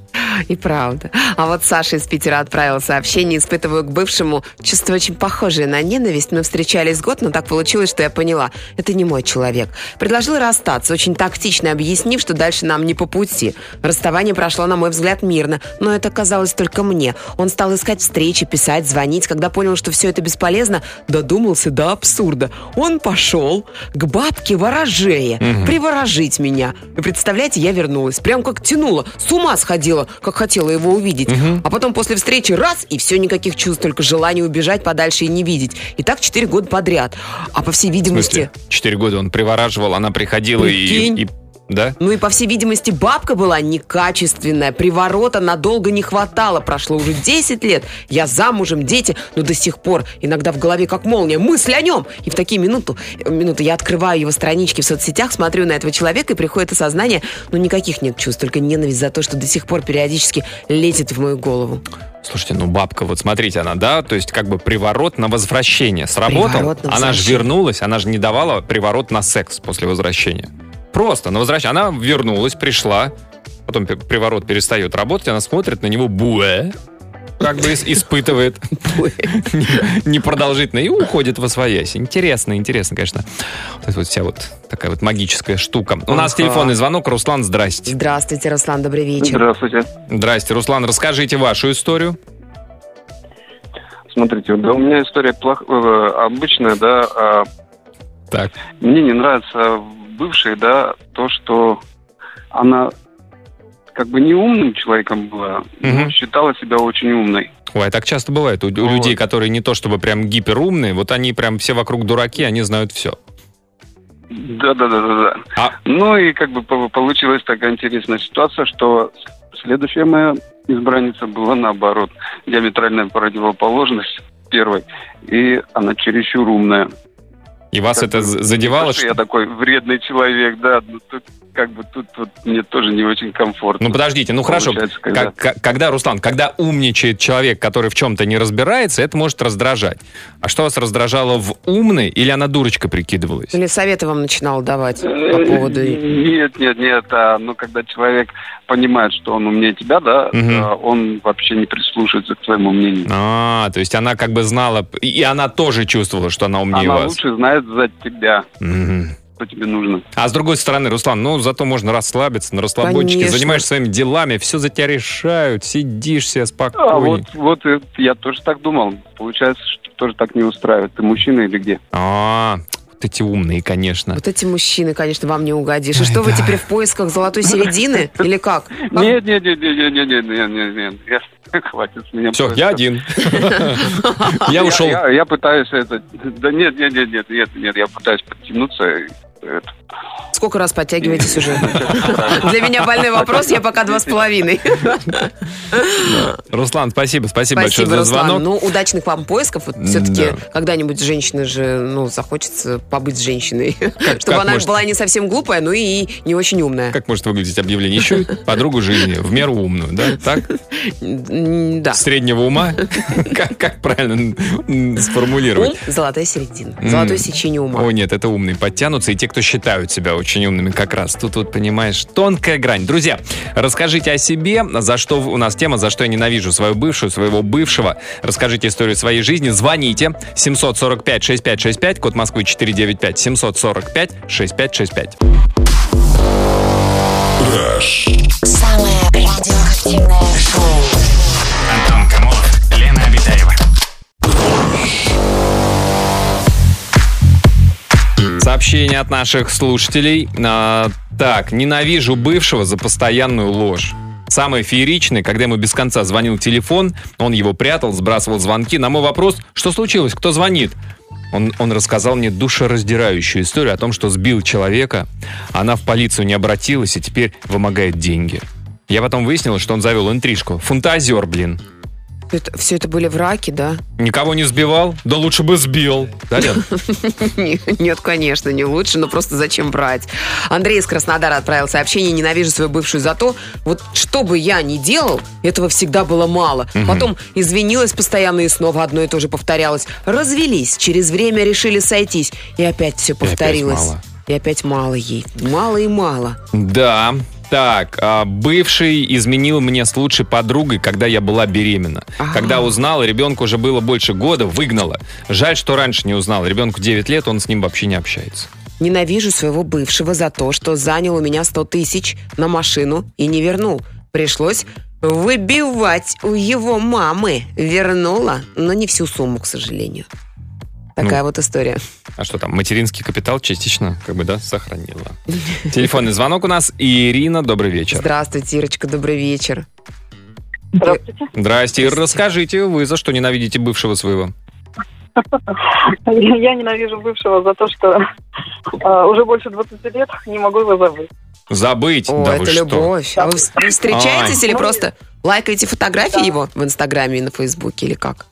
Speaker 4: И правда. А вот Саша из Питера отправил сообщение, испытываю к бывшему чувство очень похожее на ненависть. Мы встречались год, но так получилось, что я поняла, это не мой человек. Предложил расстаться, очень тактично объяснив, что дальше нам не по пути. Расставание прошло, на мой взгляд, мирно, но это казалось только мне. Он стал искать встречи, писать, звонить. Когда понял, что все это бесполезно, додумался до абсурда. Он пошел к бабке ворожея, приворожить меня. Вы представляете, я вернулась, прям как тянула, с ума сходила, как хотела его увидеть. А потом после встречи раз, и все, никаких чувств, только желание убежать подальше и не видеть. И так четыре года подряд. А по всей
Speaker 3: В
Speaker 4: видимости...
Speaker 3: смысле? Четыре года он привораживал, она приходила
Speaker 4: Прикинь.
Speaker 3: и, и- Да?
Speaker 4: Ну и, по всей видимости, бабка была некачественная. Приворота надолго не хватало. Прошло уже 10 лет. Я замужем, дети. Но до сих пор иногда в голове как молния. Мысль о нем. И в такие минуту, минуты я открываю его странички в соцсетях, смотрю на этого человека, и приходит осознание, ну никаких нет чувств, только ненависть за то, что до сих пор периодически летит в мою голову.
Speaker 3: Слушайте, ну бабка, вот смотрите, она, да, то есть как бы приворот на возвращение сработал.
Speaker 4: Приворот на
Speaker 3: Она же
Speaker 4: возвращение.
Speaker 3: вернулась, она же не давала приворот на секс после возвращения. Просто на возвращение. Она вернулась, пришла, потом пе- приворот перестает работать, она смотрит на него буэ, как бы ис- испытывает непродолжительно и уходит во своясь. Интересно, интересно, конечно. Вот эта вот вся вот такая вот магическая штука. У нас
Speaker 4: Ага.
Speaker 3: телефонный звонок. Руслан, здрасте.
Speaker 4: Здравствуйте, Руслан, добрый вечер.
Speaker 8: Здравствуйте.
Speaker 3: Здрасте, Руслан, расскажите вашу историю.
Speaker 8: Смотрите, да, у меня история плох... э, обычная, да. а,
Speaker 3: Так.
Speaker 8: Мне не нравится в бывшей, да, то, что она как бы не умным человеком была, но
Speaker 3: Мгм.
Speaker 8: считала себя очень умной.
Speaker 3: Ой, так часто бывает. У, у
Speaker 8: Вот.
Speaker 3: людей, которые не то чтобы прям гиперумные, вот они прям все вокруг дураки, они знают все.
Speaker 8: Да-да-да-да-да.
Speaker 3: А-
Speaker 8: Ну и как бы по- получилась такая интересная ситуация, что следующая моя избранница была наоборот, диаметральная противоположность первой, и она чересчур умная.
Speaker 3: И вас
Speaker 8: Как
Speaker 3: это
Speaker 8: бы,
Speaker 3: з-
Speaker 8: То,
Speaker 3: задевало?
Speaker 8: что
Speaker 3: что-
Speaker 8: ну, я такой вредный человек, да, ну, тут как бы тут вот мне тоже не очень комфортно.
Speaker 3: Ну подождите, ну хорошо.
Speaker 8: Получается, когда-
Speaker 3: Как- как- Когда, Руслан, когда умничает человек, который в чем-то не разбирается, это может раздражать. А что вас раздражало в умной или она дурочка прикидывалась?
Speaker 4: Или советы вам начинал давать по
Speaker 8: Э,
Speaker 4: поводу...
Speaker 8: Нет, нет, нет, а, ну когда человек понимает, что он умнее тебя, да,
Speaker 3: Мгм.
Speaker 8: а, он вообще не прислушивается к твоему мнению.
Speaker 3: А, то есть она как бы знала, и- и она тоже чувствовала, что она умнее
Speaker 8: Она
Speaker 3: вас.
Speaker 8: лучше знает за тебя,
Speaker 3: Мгм.
Speaker 8: что тебе нужно.
Speaker 3: А с другой стороны, Руслан, ну зато можно расслабиться на расслабончике,
Speaker 4: Конечно.
Speaker 3: занимаешься своими делами, все за тебя решают, сидишь себе спокойно.
Speaker 8: А вот, вот э, я тоже так думал. Получается, что тоже так не устраивает. Ты мужчина или где?
Speaker 3: А, вот эти умные, конечно.
Speaker 4: Вот эти мужчины, конечно, вам не угодишь. И
Speaker 3: Ой,
Speaker 4: что вы
Speaker 3: да.
Speaker 4: теперь в поисках золотой середины? Или как? Как-
Speaker 8: Нет, нет, нет, нет, нет, нет, нет, нет, нет, нет. Я- Хватит с меня.
Speaker 3: Все,
Speaker 8: просто.
Speaker 3: я один. Я ушел.
Speaker 8: Я, я пытаюсь это. Да нет, нет, нет, нет, нет, нет, я пытаюсь подтянуться. и это.
Speaker 4: Сколько раз подтягиваетесь уже? Для меня больной вопрос, я пока два с половиной.
Speaker 3: Руслан, спасибо, спасибо большое
Speaker 4: Спасибо,
Speaker 3: за
Speaker 4: Руслан.
Speaker 3: звонок.
Speaker 4: Ну, удачных вам поисков. Вот
Speaker 3: Да.
Speaker 4: Все-таки когда-нибудь женщина же, ну, захочется побыть с женщиной. Чтобы
Speaker 3: как
Speaker 4: она
Speaker 3: может?
Speaker 4: была не совсем глупая, но и не очень умная.
Speaker 3: Как может выглядеть объявление? Еще подругу жизни, в меру умную, да? Так?
Speaker 4: М, Да.
Speaker 3: Среднего ума? Как, как правильно м,
Speaker 4: Ум,
Speaker 3: сформулировать?
Speaker 4: золотая середина.
Speaker 3: М.
Speaker 4: Золотое сечение
Speaker 3: О
Speaker 4: ума.
Speaker 3: нет, это умные подтянутся, и те, кто считают себя очень умными, как раз. Тут вот, понимаешь, тонкая грань. Друзья, расскажите о себе, за что у нас тема, за что я ненавижу свою бывшую, своего бывшего. Расскажите историю своей жизни, звоните 745-6565, код Москвы 495, 745-6565.
Speaker 1: Самое радиоактивное шоу.
Speaker 6: Антон Камолов, Лена Обитаева.
Speaker 3: Сообщение от наших слушателей. А, так, ненавижу бывшего за постоянную ложь. Самое фееричное, когда ему без конца звонил телефон, он его прятал, сбрасывал звонки. На мой вопрос, что случилось, кто звонит? Он, он рассказал мне душераздирающую историю о том, что сбил человека, она в полицию не обратилась и теперь вымогает деньги. Я потом выяснил, что он завел интрижку. Фантазер, блин.
Speaker 4: Все это были враки, да?
Speaker 3: Никого не сбивал? Да лучше бы сбил. Да, Лен?
Speaker 4: Нет, конечно, не лучше, но просто зачем брать? Андрей из Краснодара отправил сообщение, ненавижу свою бывшую за то, вот что бы я ни делал, этого всегда было мало. Потом извинилась постоянно и снова одно и то же повторялось. Развелись, через время решили сойтись, и опять все повторилось.
Speaker 3: мало.
Speaker 4: И опять мало ей. Мало и мало.
Speaker 3: Да. Так, а, бывший изменил мне с лучшей подругой, когда я была беременна.
Speaker 4: Ага.
Speaker 3: Когда узнала, ребенку уже было больше года, выгнала. Жаль, что раньше не узнала. Ребенку 9 лет, он с ним вообще не общается.
Speaker 4: Ненавижу своего бывшего за то, что занял у меня 100 тысяч на машину и не вернул. Пришлось выбивать у его мамы. Вернула, но не всю сумму, к сожалению. Такая вот история.
Speaker 3: А что там, материнский капитал частично, как бы, да, сохранила. Телефонный звонок у нас. Ирина, добрый вечер.
Speaker 4: Здравствуйте, Ирочка, добрый вечер.
Speaker 7: Здравствуйте.
Speaker 3: Здрасте. Ир,
Speaker 4: Здравствуйте.
Speaker 3: расскажите, вы за что ненавидите бывшего своего?
Speaker 7: Я ненавижу бывшего за то, что э, уже больше 20 лет не могу его забыть.
Speaker 3: Забыть.
Speaker 4: О,
Speaker 3: да
Speaker 4: это
Speaker 3: вы что?
Speaker 4: любовь. А вы вс- вы встречаетесь или
Speaker 7: Ой.
Speaker 4: просто лайкаете фотографии
Speaker 7: Да.
Speaker 4: его в Инстаграме и на Фейсбуке или как?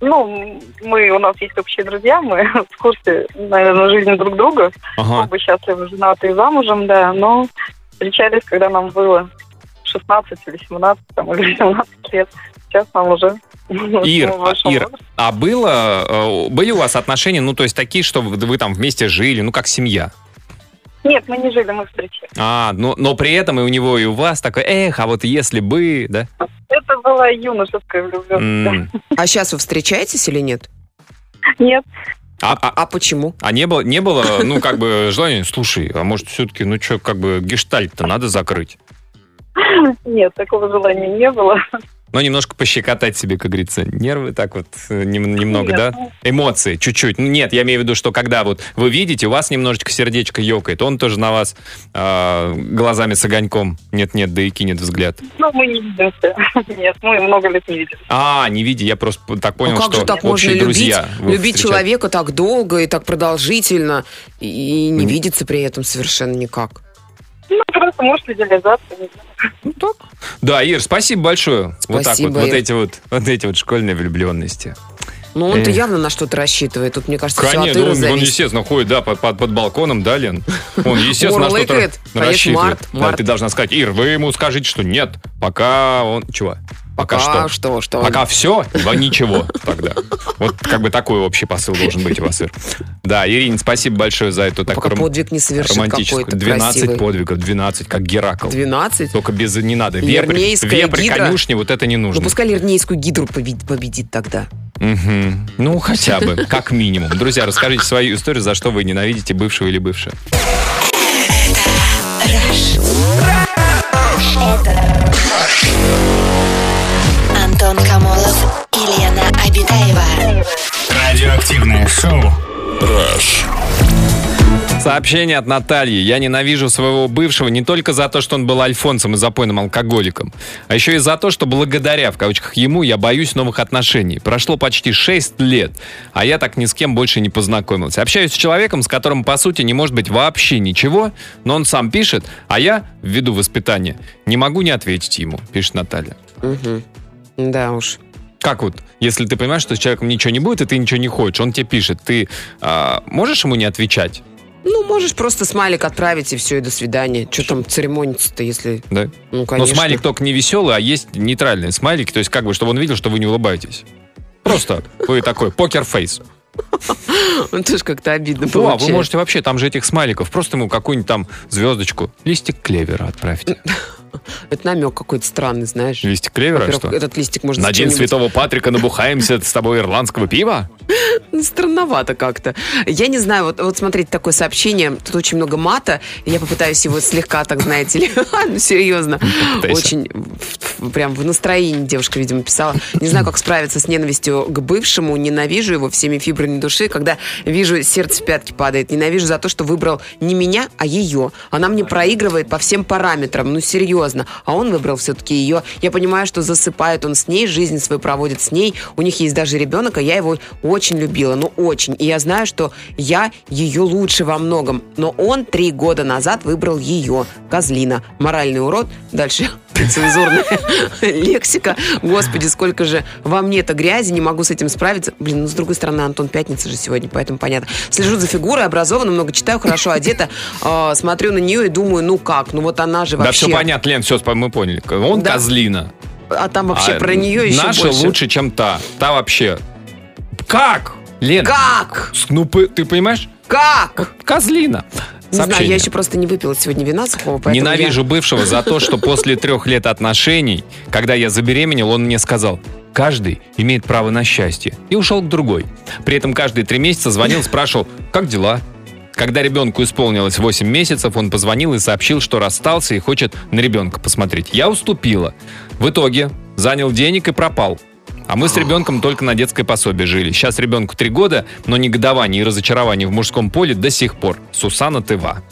Speaker 7: Ну, мы, у нас есть общие друзья, мы в курсе, наверное, жизни друг друга.
Speaker 3: Ага.
Speaker 7: Оба счастливы, женаты и замужем, да, но встречались, когда нам было 16 или 17, там, или 17 лет. Сейчас нам уже...
Speaker 3: Ир,
Speaker 7: мы в большом
Speaker 3: Ир,
Speaker 7: возрасте.
Speaker 3: а было, э, были у вас отношения, ну, то есть такие, что вы вы там вместе жили, ну, как семья?
Speaker 7: Нет, мы не жили, мы встречались.
Speaker 3: А, но, но при этом и у него, и у вас такой, эх, а вот если бы, да?
Speaker 7: Это была юношеская
Speaker 3: М.
Speaker 7: влюбленность.
Speaker 4: А сейчас вы встречаетесь или нет?
Speaker 7: Нет,
Speaker 3: А, а-
Speaker 4: А почему?
Speaker 3: а не было, не было, ну, как бы, желания, слушай, а может, все-таки, ну, что, как бы, гештальт-то надо закрыть?
Speaker 7: нет, такого желания не было.
Speaker 3: Ну, немножко пощекотать себе, как говорится, нервы, так вот, э, нем- немного,
Speaker 7: Нет, ну,
Speaker 3: да? Эмоции, чуть-чуть. Ну, Нет, я имею в виду, что когда вот вы видите, у вас немножечко сердечко ёкает, он тоже на вас э, глазами с огоньком, нет-нет, да и кинет взгляд.
Speaker 7: Ну, мы не видимся. Нет, мы много лет не виделись.
Speaker 3: А, не видя, я просто п- так понял,
Speaker 4: ну как
Speaker 3: что
Speaker 4: же так можно
Speaker 3: общие
Speaker 4: любить,
Speaker 3: друзья. вы
Speaker 4: любить
Speaker 3: встречаетесь.
Speaker 4: человека так долго и так продолжительно и не
Speaker 3: Мгм.
Speaker 4: видеться при этом совершенно никак?
Speaker 7: Ну, просто, может, идеализация. не знаю.
Speaker 3: Да, Ир, спасибо большое. вот так вот,
Speaker 4: Спасибо,
Speaker 3: вот
Speaker 4: Ир.
Speaker 3: эти вот, вот эти вот школьные влюбленности.
Speaker 4: Ну он-то
Speaker 3: Эх.
Speaker 4: явно на что-то рассчитывает. Тут, мне кажется, все от
Speaker 3: Конечно,
Speaker 4: Иры
Speaker 3: он, он,
Speaker 4: зависит.
Speaker 3: естественно, ходит, да, под, под- под балконом, да, Лен? Он, естественно, на
Speaker 4: Урл
Speaker 3: что-то
Speaker 4: лыкает, поешь
Speaker 3: рассчитывает.
Speaker 4: а март,
Speaker 3: Да,
Speaker 4: март.
Speaker 3: ты должна сказать, Ир, вы ему скажите, что нет, пока он... Чего? Пока,
Speaker 4: А,
Speaker 3: что?
Speaker 4: что, что?
Speaker 3: Пока все, ничего тогда. Вот как бы такой общий посыл должен быть у вас, Ир. Да, Ирине, спасибо большое за эту
Speaker 4: Пока
Speaker 3: такую ром-
Speaker 4: подвиг не совершит
Speaker 3: романтическую.
Speaker 4: какой-то
Speaker 3: 12
Speaker 4: красивый. Ну,
Speaker 3: подвигов, 12, как Геракл.
Speaker 4: 12?
Speaker 3: Только без не надо. Вепрь,
Speaker 4: Лирнейская
Speaker 3: вепрь,
Speaker 4: гидра.
Speaker 3: конюшни, вот это не
Speaker 4: Ну,
Speaker 3: нужно.
Speaker 4: пускай Лирнейскую гидру победит, победит тогда.
Speaker 3: Мгм. Ну, хотя бы, как минимум. Друзья, расскажите свою историю, за что вы ненавидите бывшего или бывшего.
Speaker 2: Антон Камолов и Лена Обитаева.
Speaker 6: Радиоактивное шоу.
Speaker 3: Сообщение от Натальи. Я ненавижу своего бывшего не только за то, что он был альфонсом и запойным алкоголиком, а еще и за то, что благодаря, в кавычках, ему я боюсь новых отношений. Прошло почти 6 лет, а я так ни с кем больше не познакомился. Общаюсь с человеком, с которым, по сути, не может быть вообще ничего, но он сам пишет, а я, ввиду воспитания, не могу не ответить ему, пишет Наталья.
Speaker 4: Мгм. Да уж.
Speaker 3: Как вот, если ты понимаешь, что с человеком ничего не будет, и ты ничего не хочешь, он тебе пишет, ты а, можешь ему не отвечать?
Speaker 4: Ну, можешь просто смайлик отправить, и все, и до свидания. Что там церемониться-то, если...
Speaker 3: Да?
Speaker 4: Ну, конечно.
Speaker 3: Но смайлик только не веселый, а есть нейтральный смайлик, то есть как бы, чтобы он видел, что вы не улыбаетесь. Просто вы такой покер-фейс.
Speaker 4: Ну, тоже как-то обидно
Speaker 3: Ну, а вы
Speaker 4: получается.
Speaker 3: можете вообще, там же этих смайликов, просто ему какую-нибудь там звездочку, листик клевера отправьте.
Speaker 4: Это намек какой-то странный, знаешь.
Speaker 3: Листик клевера,
Speaker 4: Во-первых,
Speaker 3: что?
Speaker 4: этот листик можно...
Speaker 3: На день
Speaker 4: зачем-нибудь-
Speaker 3: Святого Патрика набухаемся с тобой ирландского пива?
Speaker 4: Ну, Странновато как-то. Я не знаю, вот, вот смотрите, такое сообщение, тут очень много мата, и я попытаюсь его слегка, так знаете ли, ну, серьезно,
Speaker 3: Попытайся.
Speaker 4: очень в- в- прям в настроении девушка, видимо, писала. Не знаю, как справиться с ненавистью к бывшему, ненавижу его всеми фибрами души, когда вижу, сердце в пятки падает, ненавижу за то, что выбрал не меня, а ее. Она мне проигрывает по всем параметрам, ну серьезно, а он выбрал все-таки ее. Я понимаю, что засыпает он с ней, жизнь свою проводит с ней, у них есть даже ребенок, а я его очень любила, ну очень. И я знаю, что я ее лучше во многом, но он три года назад выбрал ее, козлина, моральный урод, дальше цензурная лексика. Господи, сколько же во мне-то грязи, не могу с этим справиться. Блин, ну, с другой стороны, Антон, пятница же сегодня, поэтому понятно. Слежу за фигурой, образованно, много читаю, хорошо одета, э, смотрю на нее и думаю, ну как, ну вот она же
Speaker 3: Да
Speaker 4: вообще...
Speaker 3: все понятно, Лен, все, мы поняли. Он
Speaker 4: Да.
Speaker 3: козлина.
Speaker 4: А там вообще
Speaker 3: А
Speaker 4: про нее еще
Speaker 3: Наша
Speaker 4: больше.
Speaker 3: лучше, чем та. Та вообще... Как? Лен,
Speaker 4: Как?
Speaker 3: с- ну, п- ты понимаешь?
Speaker 4: Как?
Speaker 3: Козлина.
Speaker 4: Не знаю, я
Speaker 3: Сообщение.
Speaker 4: еще просто не выпила сегодня вина сухого, поэтому
Speaker 3: Ненавижу бывшего за то, что после трех лет отношений, когда я забеременел, он мне сказал, каждый имеет право на счастье, и ушел к другой. При этом каждые три месяца звонил, спрашивал, как дела? Когда ребенку исполнилось 8 месяцев, он позвонил и сообщил, что расстался и хочет на ребенка посмотреть. Я уступила. В итоге занял денег и пропал. А мы с ребенком только на детское пособие жили. Сейчас ребенку три года, но негодование и разочарование в мужском поле до сих пор. Сусана Тыва.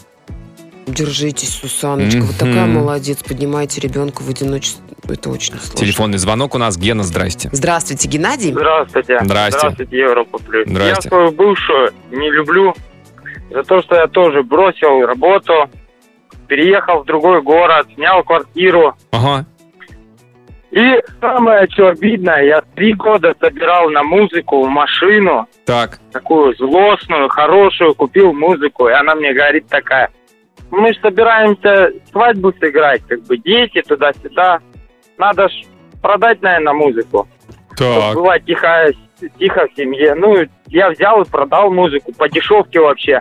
Speaker 4: я- Держитесь, Сусаночка, вы
Speaker 3: Мгм.
Speaker 4: такая молодец, поднимаете ребенка в одиночестве. Это очень сложно.
Speaker 3: Телефонный звонок у нас. Гена, здрасте.
Speaker 4: Здравствуйте, Геннадий.
Speaker 5: Здравствуйте.
Speaker 3: Здрасте.
Speaker 5: Здравствуйте, Европа Плюс.
Speaker 3: Здрасте.
Speaker 5: Я свою бывшую не люблю за то, что я тоже бросил работу, переехал в другой город, снял квартиру.
Speaker 3: Ага.
Speaker 5: И самое, что обидное, я три года собирал на музыку машину,
Speaker 3: Так.
Speaker 5: такую злостную, хорошую, купил музыку, и она мне говорит такая, мы же собираемся свадьбу сыграть, как бы дети туда-сюда, надо ж продать, наверное, музыку. Чтоб
Speaker 3: Так.
Speaker 5: была тихая, тихо в семье. Ну, я взял и продал музыку по дешевке вообще.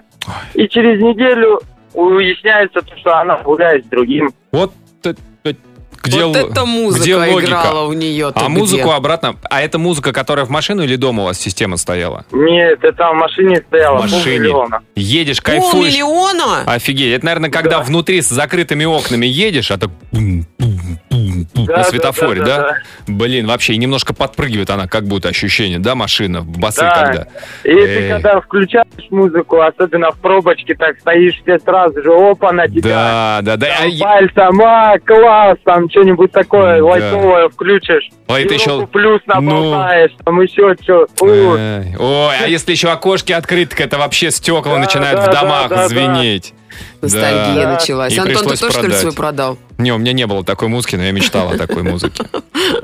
Speaker 5: И через неделю уясняется, то, что она гуляет с другим.
Speaker 3: Вот т- т- где,
Speaker 4: вот
Speaker 3: л-
Speaker 4: эта музыка
Speaker 3: где логика?
Speaker 4: играла у нее.
Speaker 3: А музыку обратно. А это музыка, которая в машину или дома у вас система стояла?
Speaker 5: Нет, это в машине стояла.
Speaker 3: В машине.
Speaker 5: полмиллиона.
Speaker 3: Едешь, кайфуешь. А,
Speaker 4: Полмиллиона?
Speaker 3: Офигеть. Это, наверное, когда
Speaker 5: Да.
Speaker 3: внутри с закрытыми окнами едешь, а так бум, бум, бум, бум на светофоре, да, Блин, вообще, и немножко подпрыгивает она, как будто ощущение, да, машина, в басы
Speaker 5: Да.
Speaker 3: когда?
Speaker 5: И
Speaker 3: Эй.
Speaker 5: ты когда включаешь музыку, особенно в пробочке, так стоишь, все сразу же, опа, на тебя.
Speaker 3: Да, да, да. А
Speaker 5: Там
Speaker 3: е-
Speaker 5: Пальцем, а, класс, там что-нибудь такое
Speaker 3: Да.
Speaker 5: лайтовое включишь.
Speaker 3: Ой, это ну.
Speaker 5: Европу
Speaker 3: еще...
Speaker 5: плюс наболтаешь, там еще что.
Speaker 3: Эй, Ой, а если еще окошки открыты, так это вообще стекла
Speaker 5: Да,
Speaker 3: начинают
Speaker 5: да,
Speaker 3: в
Speaker 5: да,
Speaker 3: домах
Speaker 5: да, да.
Speaker 3: звенеть.
Speaker 4: Ностальгия
Speaker 5: Да.
Speaker 4: началась.
Speaker 3: И
Speaker 4: Антон, ты
Speaker 3: пришлось
Speaker 4: тоже, что ли,
Speaker 3: продать.
Speaker 4: свой продал?
Speaker 3: Не, у меня не было такой музыки, но я мечтал о такой музыке.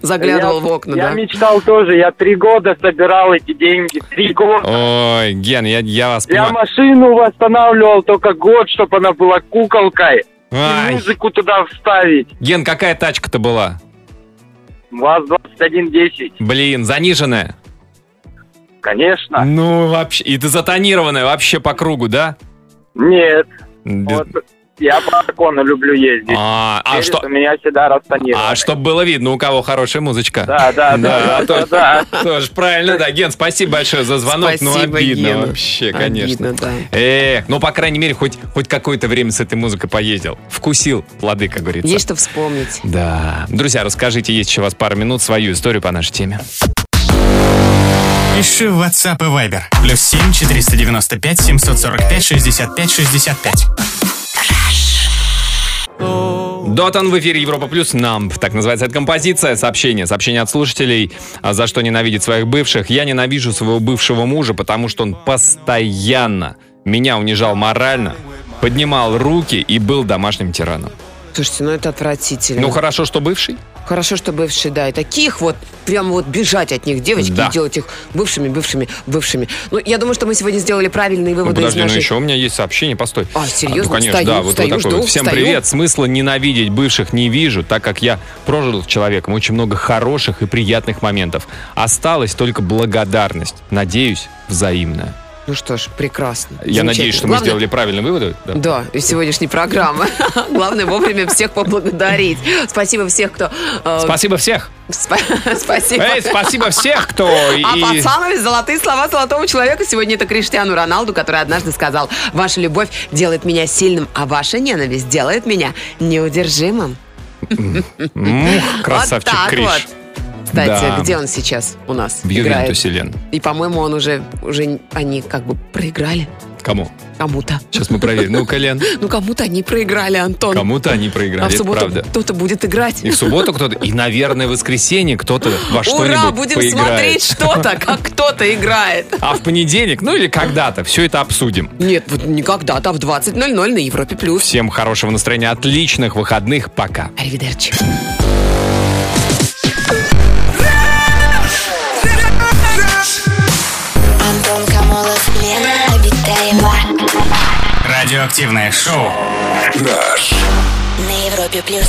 Speaker 4: Заглядывал
Speaker 5: Я-
Speaker 4: в окна,
Speaker 5: Я
Speaker 4: да?
Speaker 5: мечтал тоже, я три года собирал эти деньги, три года.
Speaker 3: Ой, Ген, я, я вас
Speaker 5: Я
Speaker 3: понимаю.
Speaker 5: машину восстанавливал только год, чтобы она была куколкой. И
Speaker 3: Ай,
Speaker 5: музыку туда вставить.
Speaker 3: Ген, какая тачка-то была?
Speaker 5: ВАЗ-2110,
Speaker 3: Блин, заниженная.
Speaker 5: конечно.
Speaker 3: Ну, вообще, и ты затонированная вообще по кругу, да?
Speaker 5: Нет,
Speaker 3: Без-
Speaker 5: вот я по закону люблю ездить.
Speaker 3: А, а
Speaker 5: Едет,
Speaker 3: что?
Speaker 5: У меня всегда расстанировано.
Speaker 3: А чтоб было видно, у кого хорошая музычка.
Speaker 5: Да, да,
Speaker 3: Да,
Speaker 5: да,
Speaker 3: то-
Speaker 5: да, да.
Speaker 3: Тоже правильно, да. Ген, спасибо большое за звонок. ну,
Speaker 4: Спасибо,
Speaker 3: обидно
Speaker 4: Гена.
Speaker 3: вообще, конечно.
Speaker 4: Обидно, да.
Speaker 3: Эх, ну, по крайней мере, хоть, хоть какое-то время с этой музыкой поездил. Вкусил плоды, как говорится.
Speaker 4: Есть что вспомнить.
Speaker 3: Да. Друзья, расскажите, есть еще у вас пару минут, свою историю по нашей теме.
Speaker 6: Пиши в WhatsApp и Viber. Плюс 7 495 745 65 65.
Speaker 3: Дотан в эфире Европа Плюс Намп. Так называется эта композиция. Сообщение. Сообщение от слушателей. а, За что ненавидеть своих бывших. Я ненавижу своего бывшего мужа, потому что он постоянно меня унижал морально, поднимал руки и был домашним тираном.
Speaker 4: Слушайте, ну это отвратительно.
Speaker 3: Ну хорошо, что бывший.
Speaker 4: Хорошо, что бывшие, да, и таких вот, прям вот бежать от них, девочки,
Speaker 3: Да.
Speaker 4: и делать их бывшими, бывшими, бывшими. Ну, я думаю, что мы сегодня сделали правильные
Speaker 3: Ну,
Speaker 4: выводы
Speaker 3: подожди,
Speaker 4: из
Speaker 3: ну
Speaker 4: нашей...
Speaker 3: еще у меня есть сообщение, постой.
Speaker 4: А, серьезно?
Speaker 3: ну, конечно,
Speaker 4: Встаю,
Speaker 3: да, вот,
Speaker 4: встаю,
Speaker 3: вот такой
Speaker 4: жду,
Speaker 3: вот. Всем
Speaker 4: встаю.
Speaker 3: привет. Смысла ненавидеть бывших не вижу, так как я прожил с человеком очень много хороших и приятных моментов. Осталась только благодарность. Надеюсь, взаимная.
Speaker 4: Ну что ж, прекрасно.
Speaker 3: Я надеюсь, что мы
Speaker 4: Замечательно.
Speaker 3: сделали правильные выводы. Да.
Speaker 4: Да, из сегодняшней программы. Главное вовремя всех поблагодарить. Спасибо всех, кто... э,
Speaker 3: Спасибо всех.
Speaker 4: спа- Спасибо.
Speaker 3: Эй, спасибо всех, кто... и-
Speaker 4: А
Speaker 3: и-
Speaker 4: под самые золотые слова золотого человека сегодня это Криштиану Роналду, который однажды сказал, «Ваша любовь делает меня сильным, а ваша ненависть делает меня неудержимым».
Speaker 3: М, Красавчик
Speaker 4: вот так
Speaker 3: Криш.
Speaker 4: вот. Кстати,
Speaker 3: Да.
Speaker 4: где он сейчас у нас
Speaker 3: В
Speaker 4: играет?
Speaker 3: Ювентусе, Лен.
Speaker 4: И, по-моему, он уже, уже они как бы проиграли
Speaker 3: Кому?
Speaker 4: кому-то.
Speaker 3: Сейчас мы проверим. Ну-ка, Лен.
Speaker 4: Ну, кому-то они проиграли, Антон.
Speaker 3: Кому-то они
Speaker 4: а в
Speaker 3: проиграли, это
Speaker 4: субботу
Speaker 3: правда.
Speaker 4: кто-то будет играть.
Speaker 3: И в субботу кто-то, и, наверное, в воскресенье кто-то во что-нибудь
Speaker 4: Ура, будем
Speaker 3: поиграет.
Speaker 4: смотреть что-то, как кто-то играет.
Speaker 3: А в понедельник, ну или когда-то, все это обсудим.
Speaker 4: Нет, вот никогда, там в 20.00 на Европе+. плюс.
Speaker 3: Всем хорошего настроения, отличных выходных, пока.
Speaker 4: Аривидерчи.
Speaker 1: Антон Камолов, Лена Обитаева
Speaker 6: Радиоактивное шоу.
Speaker 1: на Европе плюс.